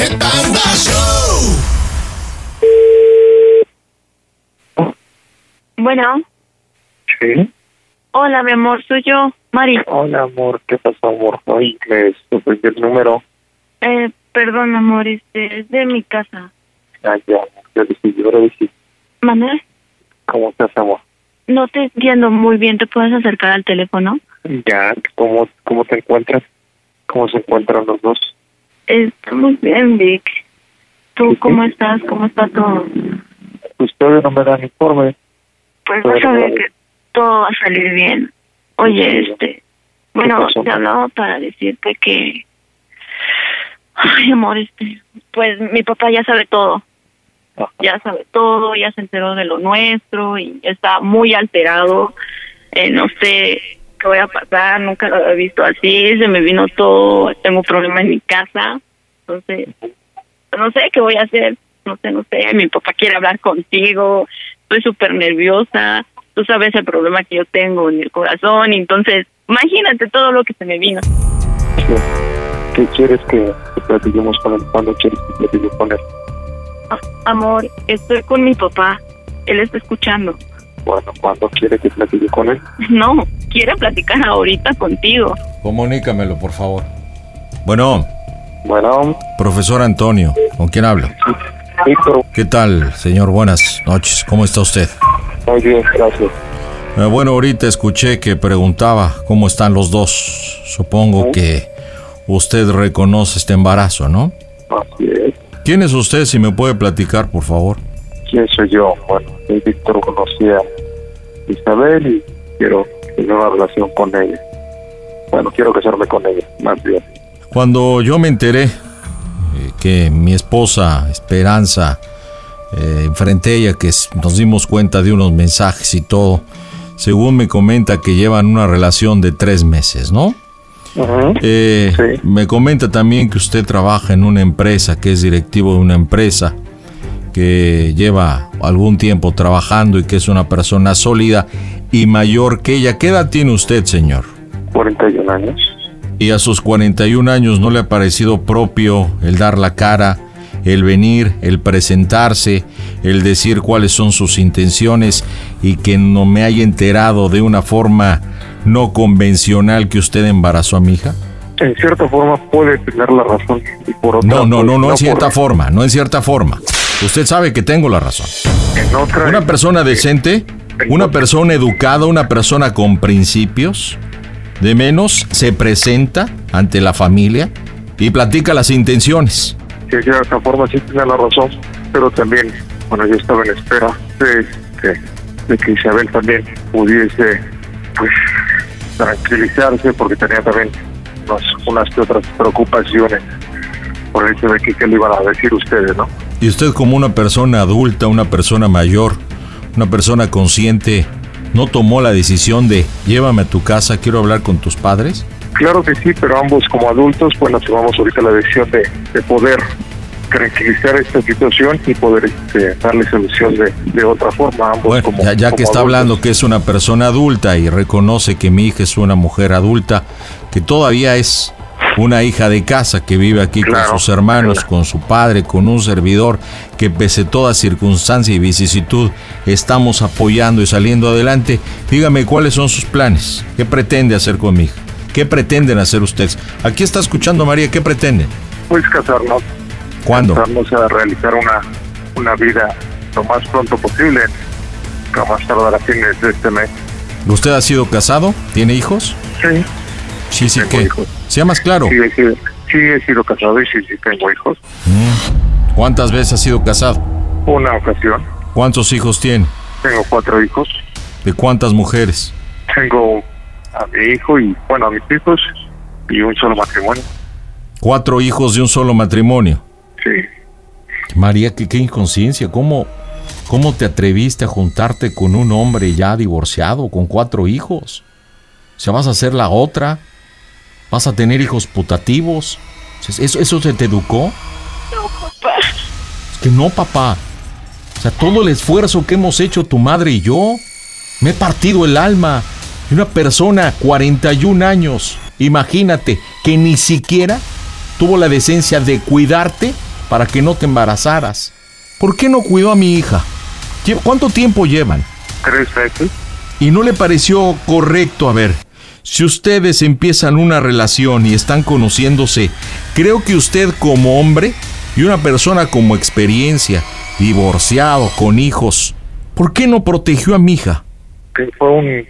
Speaker 7: El Panda Show.
Speaker 9: Bueno,
Speaker 12: Sí.
Speaker 9: hola, mi amor, soy yo, Mari.
Speaker 12: Hola, amor. ¿Qué pasó, amor? Ay, me supe el número.
Speaker 9: Eh, perdón, amor, este, es de mi casa.
Speaker 12: Ay, ya, amor. Yo dije, yo ahora dije,
Speaker 9: Manuel,
Speaker 12: ¿cómo estás, amor?
Speaker 9: no te entiendo muy bien, ¿te puedes acercar al teléfono?
Speaker 12: Ya, ¿cómo, cómo te encuentras? ¿Cómo se encuentran los dos?
Speaker 9: Estamos bien, Vic. ¿Tú cómo estás? ¿Cómo está todo?
Speaker 12: Pues todavía no me dan informe.
Speaker 9: Pues vas a ver que todo va a salir bien. Oye, este, bueno,
Speaker 12: pasó?
Speaker 9: te hablaba para decirte que, ay, amor, este, pues mi papá ya sabe todo. Ya sabe todo, ya se enteró de lo nuestro y está muy alterado. Eh, no sé qué voy a pasar, nunca lo había visto así, se me vino todo, tengo un problema en mi casa. Entonces, no sé qué voy a hacer, no sé, no sé, mi papá quiere hablar contigo, estoy súper nerviosa, tú sabes el problema que yo tengo en el corazón, y entonces imagínate todo lo que se me vino.
Speaker 12: ¿Qué, qué quieres que que platiquemos con él? ¿Cuándo quieres que platiquemos con él?
Speaker 9: Ah, amor, estoy con mi papá, él está escuchando.
Speaker 12: Bueno, ¿cuándo quieres que platique con él?
Speaker 9: No, quiere platicar ahorita contigo.
Speaker 2: Comunícamelo, por favor. Bueno.
Speaker 12: Bueno.
Speaker 2: Profesor Antonio, ¿con quién hablo?
Speaker 12: Víctor,
Speaker 2: ¿Qué tal, señor? Buenas noches. ¿Cómo está usted?
Speaker 12: muy bien, gracias.
Speaker 2: Eh, bueno, ahorita escuché que preguntaba cómo están los dos. Supongo que usted reconoce este embarazo, ¿no?
Speaker 12: Así es.
Speaker 7: ¿Quién es usted si me puede platicar, por favor?
Speaker 12: ¿Quién soy yo? Bueno, el Víctor conocía a Isabel y quiero tener una relación con ella. Bueno, quiero casarme con ella, más bien.
Speaker 7: Cuando yo me enteré eh, que mi esposa, Esperanza, eh, frente a ella, que s- nos dimos cuenta de unos mensajes y todo, según me comenta que llevan una relación de tres meses, ¿no? Eh, Me comenta también que usted trabaja en una empresa, que es directivo de una empresa, que lleva algún tiempo trabajando y que es una persona sólida y mayor que ella. ¿Qué edad tiene usted, señor?
Speaker 12: 41 años.
Speaker 7: Y a sus 41 años no le ha parecido propio el dar la cara, el venir, el presentarse, el decir cuáles son sus intenciones y que no me haya enterado de una forma no convencional que usted embarazó a mi hija.
Speaker 12: En cierta forma puede tener la razón y por otra...
Speaker 7: No, no, no,
Speaker 12: pues,
Speaker 7: no en cierta
Speaker 12: por-
Speaker 7: forma, no en cierta forma. Usted sabe que tengo la razón. Una persona decente, una persona educada, una persona con principios, de menos, se presenta ante la familia y platica las intenciones.
Speaker 12: que de cierta forma sí tiene la razón, pero también, bueno, yo estaba en espera de, de- de que Isabel también pudiese, pues, tranquilizarse, porque tenía también unas, unas que otras preocupaciones por el hecho de que qué le iban a decir ustedes, ¿no?
Speaker 7: Y usted como una persona adulta, una persona mayor, una persona consciente, ¿no tomó la decisión de llévame a tu casa, quiero hablar con tus padres?
Speaker 12: Claro que sí, pero ambos como adultos, pues, nos tomamos ahorita la decisión de, de poder tranquilizar esta situación y poder este, darle solución de, de otra forma a ambos
Speaker 7: Bueno,
Speaker 12: como
Speaker 7: ya, ya
Speaker 12: como
Speaker 7: que está
Speaker 12: adultos.
Speaker 7: hablando que es una persona adulta y reconoce que mi hija es una mujer adulta, que todavía es una hija de casa que vive aquí con sus hermanos, con su padre, con un servidor, que pese toda circunstancia y vicisitud estamos apoyando y saliendo adelante. Dígame cuáles son sus planes, qué pretende hacer con mi hija, qué pretenden hacer ustedes. Aquí está escuchando María, ¿qué pretenden?
Speaker 12: Pues casarnos.
Speaker 7: ¿Cuándo?
Speaker 12: Casarnos a realizar una, una vida lo más pronto posible. No más tardar a fines de este mes.
Speaker 7: ¿Usted ha sido casado? ¿Tiene hijos?
Speaker 12: Sí.
Speaker 7: Sí, sí, ¿qué? Sea más claro.
Speaker 12: Sí, he sido, sí, he sido casado y sí, sí tengo hijos.
Speaker 7: Mm. ¿Cuántas veces ha sido casado?
Speaker 12: Una ocasión.
Speaker 7: ¿Cuántos hijos tiene?
Speaker 12: Tengo cuatro hijos.
Speaker 7: ¿De cuántas mujeres?
Speaker 12: Tengo a mi hijo y, bueno, a mis hijos y un solo matrimonio.
Speaker 7: Cuatro hijos de un solo matrimonio.
Speaker 12: Sí.
Speaker 7: María, qué, qué inconsciencia. ¿Cómo, ¿Cómo te atreviste a juntarte con un hombre ya divorciado, con cuatro hijos? O sea, vas a hacer la otra. Vas a tener hijos putativos. O sea, ¿Eso, eso se te educó? Es que no, papá. O sea, todo el esfuerzo que hemos hecho tu madre y yo, me he partido el alma. Y una persona, 41 años, imagínate, que ni siquiera tuvo la decencia de cuidarte para que no te embarazaras. ¿Por qué no cuidó a mi hija? Lle- ¿Cuánto tiempo llevan?
Speaker 12: Tres veces.
Speaker 7: Y no le pareció correcto, a ver, si ustedes empiezan una relación y están conociéndose, creo que usted como hombre y una persona como experiencia, divorciado, con hijos, ¿por qué no protegió a mi hija?
Speaker 12: que fue un,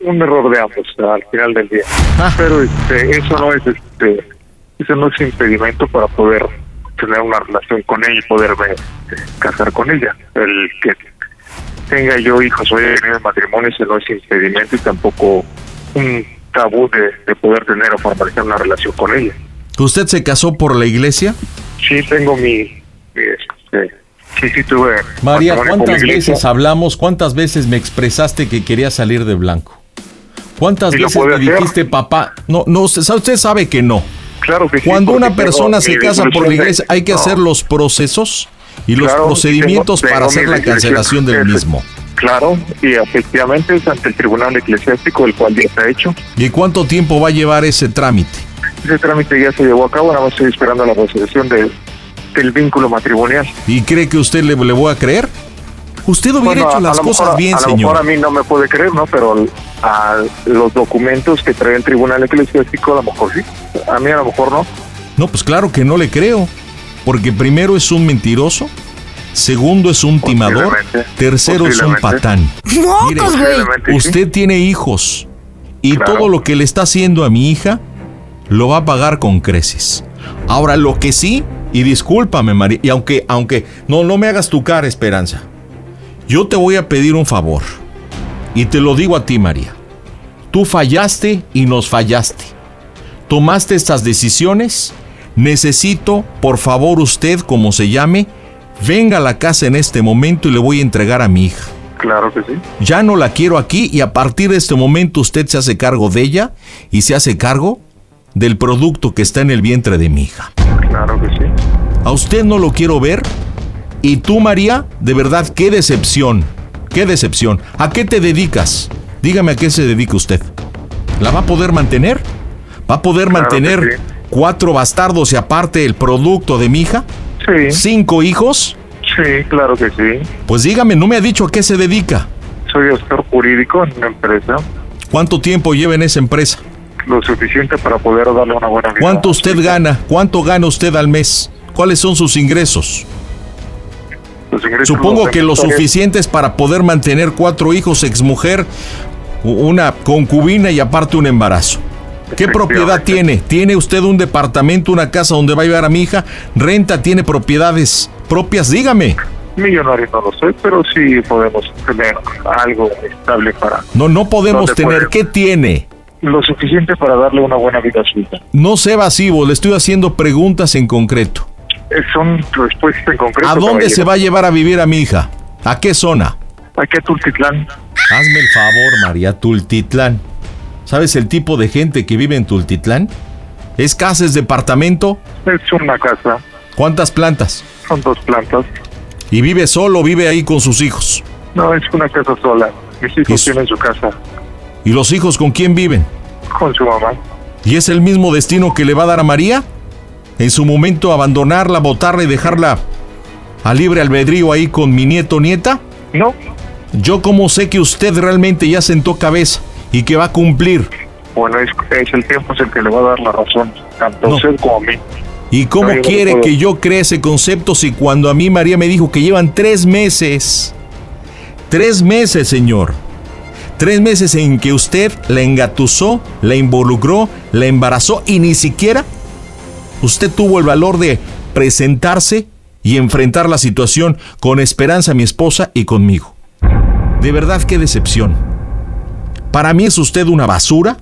Speaker 12: un error de ambos al final del día.
Speaker 7: Ah.
Speaker 12: Pero este, eso no es este, eso no es impedimento para poder tener una relación con ella y poderme este, casar con ella. El que tenga yo hijos o haya tenido matrimonio, eso no es impedimento y tampoco un tabú de, de poder tener o formalizar una relación con ella.
Speaker 7: ¿Usted se casó por la iglesia?
Speaker 12: Sí tengo mi, mi, este, sí sí tuve
Speaker 7: María,
Speaker 12: matrimonio con
Speaker 7: ¿cuántas
Speaker 12: mi iglesia.
Speaker 7: veces hablamos? ¿Cuántas veces me expresaste que quería salir de blanco? ¿Cuántas
Speaker 12: Y lo
Speaker 7: veces
Speaker 12: puede
Speaker 7: me
Speaker 12: hacer.
Speaker 7: dijiste, papá? No, no, usted sabe- usted sabe que no.
Speaker 12: Claro que sí,
Speaker 7: Cuando
Speaker 12: porque
Speaker 7: una
Speaker 12: tengo
Speaker 7: persona
Speaker 12: mi
Speaker 7: se casa por
Speaker 12: devolución
Speaker 7: la
Speaker 12: de-
Speaker 7: iglesia, hay que
Speaker 12: No.
Speaker 7: hacer los procesos y los
Speaker 12: Claro,
Speaker 7: procedimientos
Speaker 12: tengo-
Speaker 7: para
Speaker 12: tengo
Speaker 7: hacer
Speaker 12: mi
Speaker 7: la
Speaker 12: devolución.
Speaker 7: cancelación del
Speaker 12: Ese-
Speaker 7: mismo.
Speaker 12: Claro, y efectivamente es ante el Tribunal Eclesiástico, el cual ya está hecho.
Speaker 7: ¿Y cuánto tiempo va a llevar ese trámite?
Speaker 12: Ese trámite ya se llevó a cabo, nada más estoy esperando la resolución de- del vínculo matrimonial.
Speaker 7: ¿Y cree que usted le, le voy a creer? Usted hubiera
Speaker 12: Bueno, a-
Speaker 7: hecho
Speaker 12: a
Speaker 7: las
Speaker 12: lo
Speaker 7: cosas
Speaker 12: mejor-
Speaker 7: bien,
Speaker 12: A lo mejor a
Speaker 7: señor.
Speaker 12: mí no me puede creer, ¿no? Pero a los documentos que trae el Tribunal Eclesiástico, a lo mejor sí. A mí a lo mejor no.
Speaker 7: No, pues claro que no le creo. Porque primero es un mentiroso, segundo es un timador,
Speaker 12: Posiblemente.
Speaker 7: tercero es un
Speaker 12: Posiblemente.
Speaker 7: patán. Mire,
Speaker 2: ¡Mocos, güey! Posiblemente sí.
Speaker 7: Usted tiene hijos y
Speaker 2: Claro.
Speaker 7: todo lo que le está haciendo a mi hija lo va a pagar con creces. Ahora, lo que sí, Y discúlpame, María. Y aunque, aunque, no, no me hagas tu cara, Esperanza. Yo te voy a pedir un favor. Y te lo digo a ti, María. Tú fallaste y nos fallaste. Tomaste estas decisiones. Necesito, por favor, usted, como se llame, venga a la casa en este momento y le voy a entregar a mi hija.
Speaker 12: Claro que sí.
Speaker 7: Ya no la quiero aquí y a partir de este momento usted se hace cargo de ella y se hace cargo del producto que está en el vientre de mi hija.
Speaker 12: Claro que sí.
Speaker 7: A usted no lo quiero ver. Y tú, María, de verdad, qué decepción. Qué decepción. ¿A qué te dedicas? Dígame a qué se dedica usted. ¿La va a poder mantener? ¿Va a poder
Speaker 12: Claro que
Speaker 7: mantener
Speaker 12: sí.
Speaker 7: cuatro bastardos y aparte el producto de mi hija?
Speaker 12: Sí.
Speaker 7: ¿Cinco hijos?
Speaker 12: Sí, claro que sí.
Speaker 7: Pues dígame, no me ha dicho a qué se dedica.
Speaker 12: Soy asesor jurídico en una empresa
Speaker 7: ¿Cuánto tiempo lleva en esa empresa?
Speaker 12: lo suficiente para poder darle una buena vida.
Speaker 7: ¿Cuánto usted gana? ¿Cuánto gana usted al mes? ¿Cuáles son sus ingresos?
Speaker 12: Los ingresos
Speaker 7: Supongo
Speaker 12: los
Speaker 7: que lo
Speaker 12: tengo
Speaker 7: suficientes para poder mantener cuatro hijos, exmujer, u- una concubina y aparte un embarazo. ¿Qué propiedad tiene? ¿Tiene usted un departamento, una casa donde va a llevar a mi hija? ¿Renta? ¿Tiene propiedades propias? Dígame.
Speaker 12: Millonario no lo soy, pero sí podemos tener algo estable para...
Speaker 7: No, no podemos
Speaker 12: No se
Speaker 7: tener.
Speaker 12: puede.
Speaker 7: ¿Qué tiene?
Speaker 12: Lo suficiente para darle una buena vida a su hija.
Speaker 7: No sea evasivo, le estoy haciendo preguntas en concreto.
Speaker 12: Eh, Son respuestas en concreto.
Speaker 7: ¿A dónde se
Speaker 12: caballero.
Speaker 7: va a llevar a vivir a mi hija? ¿A qué zona?
Speaker 12: Aquí a Tultitlán.
Speaker 7: Hazme el favor, María Tultitlán. ¿Sabes el tipo de gente que vive en Tultitlán? ¿Es casa, es departamento?
Speaker 12: Es una casa.
Speaker 7: ¿Cuántas plantas?
Speaker 12: Son dos plantas.
Speaker 7: ¿Y vive solo o vive ahí con sus hijos?
Speaker 12: No, es una casa sola. Mis hijos tienen su casa
Speaker 7: ¿Y los hijos con quién viven?
Speaker 12: con su mamá.
Speaker 7: ¿Y es el mismo destino que le va a dar a María? ¿En su momento abandonarla, botarla y dejarla a libre albedrío ahí con mi nieto nieta?
Speaker 12: No.
Speaker 7: Yo como sé que usted realmente ya sentó cabeza y que va a cumplir.
Speaker 12: Bueno, es, es el tiempo es el que le va a dar la razón, tanto a usted como a mí.
Speaker 7: ¿Y cómo
Speaker 12: No, yo no
Speaker 7: quiere
Speaker 12: puedo.
Speaker 7: que yo cree ese concepto si cuando a mí María me dijo que llevan tres meses? Tres meses, señor. Tres meses en que usted la engatusó, la involucró, la embarazó y ni siquiera usted tuvo el valor de presentarse y enfrentar la situación con esperanza, mi esposa y conmigo. De verdad, qué decepción. Para mí es usted una basura.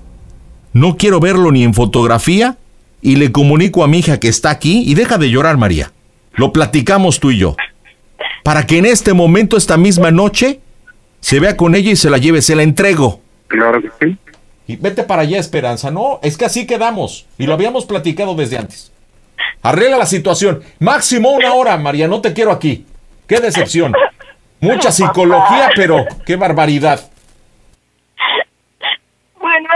Speaker 7: No quiero verlo ni en fotografía. Y le comunico a mi hija que está aquí y deja de llorar, María. Lo platicamos tú y yo. Para que en este momento, esta misma noche, se vea con ella y se la lleve, se la entrego.
Speaker 12: Claro que sí.
Speaker 7: Y vete para allá, Esperanza. No, es que así quedamos. Y lo habíamos platicado desde antes. Arregla la situación. Máximo una hora, María. No te quiero aquí. Qué decepción. Mucha psicología, pero qué barbaridad.
Speaker 9: Bueno,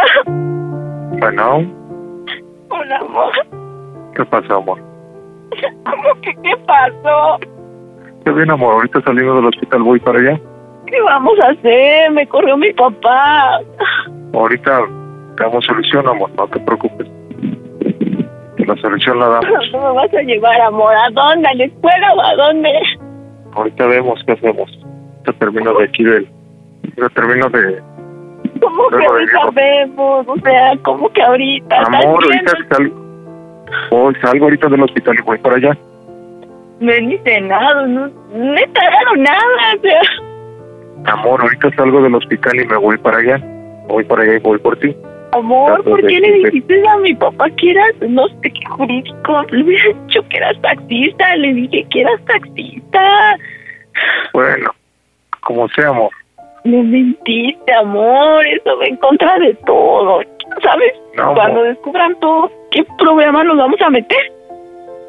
Speaker 12: Bueno,
Speaker 9: un amor.
Speaker 12: ¿qué pasa, amor?
Speaker 9: Amor, ¿qué, qué pasó?
Speaker 12: Qué bien, amor. Ahorita saliendo del hospital voy para allá.
Speaker 9: ¿Qué vamos a hacer? Me corrió mi papá.
Speaker 12: Ahorita te damos solución, amor. No te preocupes. La solución la damos.
Speaker 9: ¿Cómo me vas a llevar, amor? ¿A dónde? ¿A la escuela o a dónde?
Speaker 12: Ahorita vemos qué hacemos. Te termino de aquí del... Te termino de...
Speaker 9: ¿Cómo que
Speaker 12: Luego
Speaker 9: ahorita
Speaker 12: venimos.
Speaker 9: vemos? O sea, ¿cómo que ahorita? ¿Estás
Speaker 12: Amor,
Speaker 9: bien?
Speaker 12: ahorita salgo. Voy, salgo ahorita del hospital y voy para allá.
Speaker 9: No he ni cenado, no, no he cenado nada. O sea,
Speaker 12: Amor, ahorita salgo del hospital y me voy para allá. Voy para allá y voy por ti.
Speaker 9: amor,
Speaker 12: Trato
Speaker 9: ¿por
Speaker 12: de
Speaker 9: qué le
Speaker 12: decirte-
Speaker 9: dijiste a mi papá que eras, no sé qué jurídico? Le hubiera dicho que eras taxista, le dije que eras taxista.
Speaker 12: Bueno, como sea, amor.
Speaker 9: Me mentiste, amor, eso va en contra de todo. ¿Sabes?
Speaker 12: No,
Speaker 9: Cuando
Speaker 12: amor.
Speaker 9: descubran todo, ¿qué problema nos vamos a meter?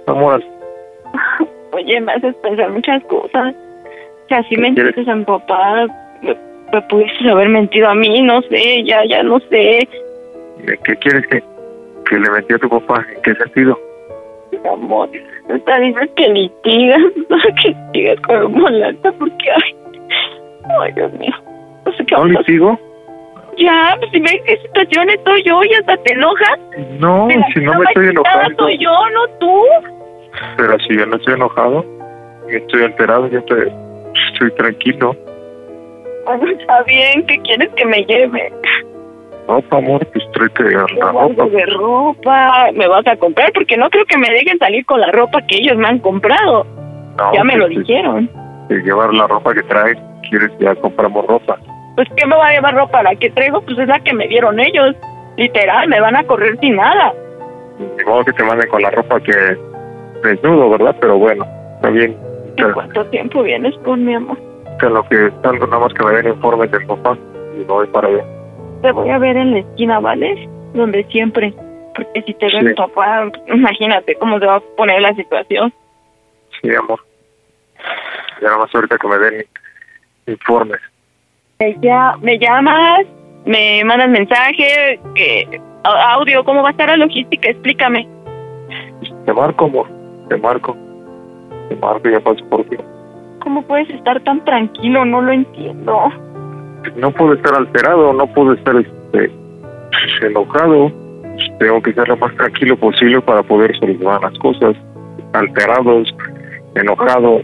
Speaker 12: Amor,
Speaker 9: Oye, me haces pensar muchas cosas. Si así
Speaker 12: ¿Qué
Speaker 9: mentiste a mi papá, me, me pudieses haber mentido a mí, no sé, ya, ya no sé.
Speaker 12: ¿qué quieres que, que le mentí a tu papá? ¿En qué sentido?
Speaker 9: Amor, hasta dices que litigas, que litigas con molata, porque, ay, ay, Dios mío. No sé qué
Speaker 12: ¿No
Speaker 9: vamos a-
Speaker 12: litigo?
Speaker 9: Ya, pues si ves qué situación estoy yo y hasta te enojas.
Speaker 12: No,
Speaker 9: De la
Speaker 12: si no
Speaker 9: misma
Speaker 12: me estoy
Speaker 9: maquinada
Speaker 12: enojando.
Speaker 9: soy yo, no tú.
Speaker 12: Pero si yo no estoy enojado, ni estoy alterado, yo estoy, estoy tranquilo.
Speaker 9: Bueno, está bien, ¿qué quieres que me lleve?
Speaker 12: ropa, amor, pues tráete a la ropa.
Speaker 9: algo de ropa me vas a comprar porque no creo que me dejen salir con la ropa que ellos me han comprado.
Speaker 12: No,
Speaker 9: ya me lo
Speaker 12: pues, sí.
Speaker 9: dijeron.
Speaker 12: De llevar la ropa que traes, quieres ya compramos ropa.
Speaker 9: Pues ¿qué me va a llevar ropa? La que traigo pues es la que me dieron ellos. Literal, me van a correr sin nada.
Speaker 12: Ni modo que te manden con la ropa que desnudo, ¿verdad? Pero bueno, está bien. Te-
Speaker 9: ¿Cuánto tiempo vienes con mi amor?
Speaker 12: Que lo que salgo nada más que me den informes del papá y voy para allá.
Speaker 9: Te voy a ver en la esquina, ¿vale? Donde siempre. Porque si te ve
Speaker 12: Sí.
Speaker 9: tu papá, imagínate cómo se va a poner la situación.
Speaker 12: Sí, amor. Ya nada más ahorita que me den informes.
Speaker 9: Me, ya, me llamas, me mandas mensaje, que, a- audio, ¿cómo va a estar la logística? Explícame.
Speaker 12: Te marco, amor. Te marco. Te marco y ya paso por ti.
Speaker 9: ¿Cómo puedes estar tan tranquilo? No lo entiendo.
Speaker 12: No puedo estar alterado, no puedo estar este, enojado. Tengo que estar lo más tranquilo posible para poder solucionar las cosas. Alterados, enojado,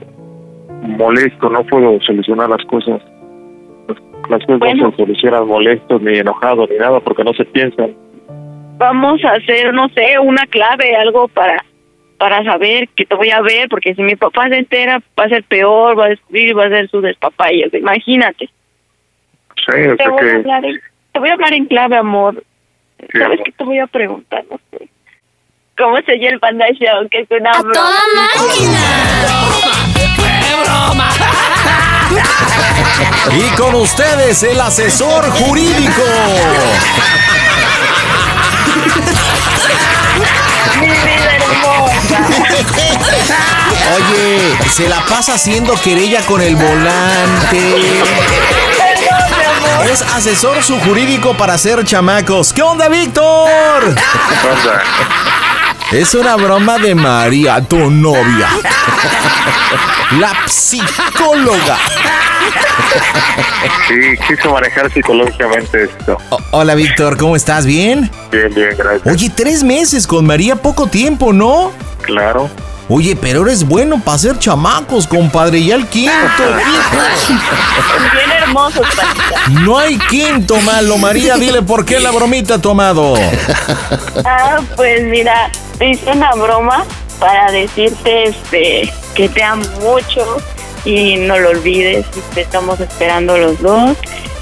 Speaker 12: molesto, no puedo solucionar las cosas. Las cosas no se solucionan molestos, ni enojados, ni nada, porque no se piensan.
Speaker 9: Vamos a hacer, no sé, una clave, algo para para saber que te voy a ver, porque si mi papá se entera, va a ser peor, va a descubrir, va a ser su despapaya. Imagínate.
Speaker 12: Sí, o
Speaker 9: te,
Speaker 12: sea
Speaker 9: voy a
Speaker 12: que...
Speaker 9: hablar en, te voy a hablar en clave, amor.
Speaker 12: Sí,
Speaker 9: ¿Sabes
Speaker 12: amor.
Speaker 9: qué te voy a preguntar? No sé. ¿Cómo se oye el Panda Show? Que es una broma.
Speaker 2: Y con ustedes el asesor jurídico. Oye, se la pasa haciendo querella con el volante. Es asesor su jurídico para hacer chamacos. ¿Qué onda, Víctor? Es una broma de María, tu novia. La psicóloga.
Speaker 12: Sí, quise manejar psicológicamente esto.
Speaker 2: Hola, Víctor, ¿cómo estás? ¿Bien?
Speaker 12: Bien, bien, gracias.
Speaker 2: Oye, tres meses con María, poco tiempo, ¿no?
Speaker 12: Claro.
Speaker 2: Oye, pero eres bueno para hacer chamacos, compadre. Ya el quinto,
Speaker 9: Bien hermoso, Pandita.
Speaker 2: No hay quinto malo, María. Dile por qué la bromita tomado.
Speaker 9: Ah, pues mira, te hice una broma para decirte este que te amo mucho y no lo olvides, te estamos esperando los dos.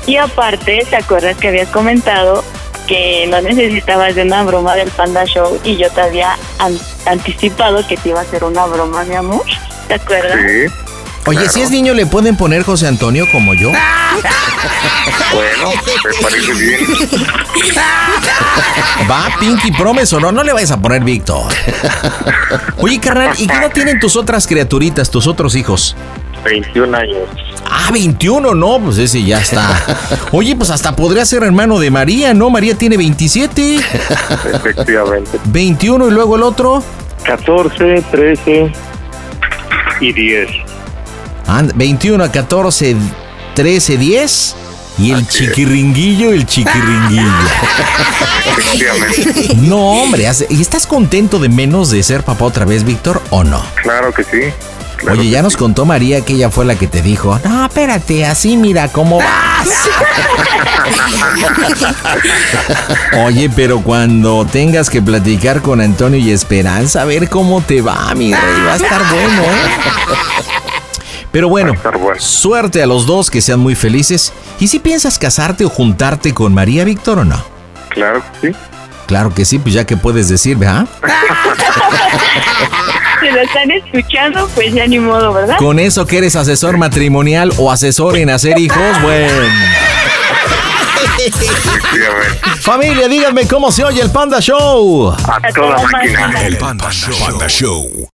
Speaker 9: Y aparte, ¿te acuerdas que habías comentado que no necesitabas de una broma del Panda Show y yo te había an- anticipado que te iba a hacer una broma, mi amor? ¿Te acuerdas?
Speaker 2: Oye, si es niño, ¿le pueden poner José Antonio como yo?
Speaker 12: Bueno, me parece bien.
Speaker 2: Va, Pinky Promise o no, no le vayas a poner Víctor. Oye, carnal, ¿y qué edad tienen tus otras criaturitas, tus otros hijos?
Speaker 12: 21 años.
Speaker 2: Ah, 21, no, pues ese ya está. Oye, pues hasta podría ser hermano de María, ¿no? María tiene 27.
Speaker 12: Efectivamente.
Speaker 2: 21 y luego el otro.
Speaker 12: 14, 13 y 10.
Speaker 2: And- 21 a 14, 13, 10. Y el chiquiringuillo, el chiquiringuillo. no, hombre, hace- ¿y estás contento de menos de ser papá otra vez, Víctor, o no?
Speaker 12: Claro que sí.
Speaker 2: Oye, ya nos contó María que ella fue la que te dijo, no, espérate, así mira cómo
Speaker 12: ¡Ah!
Speaker 2: vas. Oye, pero cuando tengas que platicar con Antonio y Esperanza, a ver cómo te va, mi rey, va a estar bueno, ¿eh? Pero bueno, suerte a los dos, que sean muy felices. ¿Y si piensas casarte o juntarte con María Víctor o no?
Speaker 12: Claro que sí.
Speaker 2: Claro que sí, pues ya que puedes decir, ¿verdad?
Speaker 9: Si lo están escuchando, pues ya ni modo, ¿verdad?
Speaker 2: Con eso que eres asesor matrimonial o asesor en hacer hijos, bueno. Familia, díganme cómo se oye el Panda Show.
Speaker 6: A toda máquina. El Panda Show. Panda Show.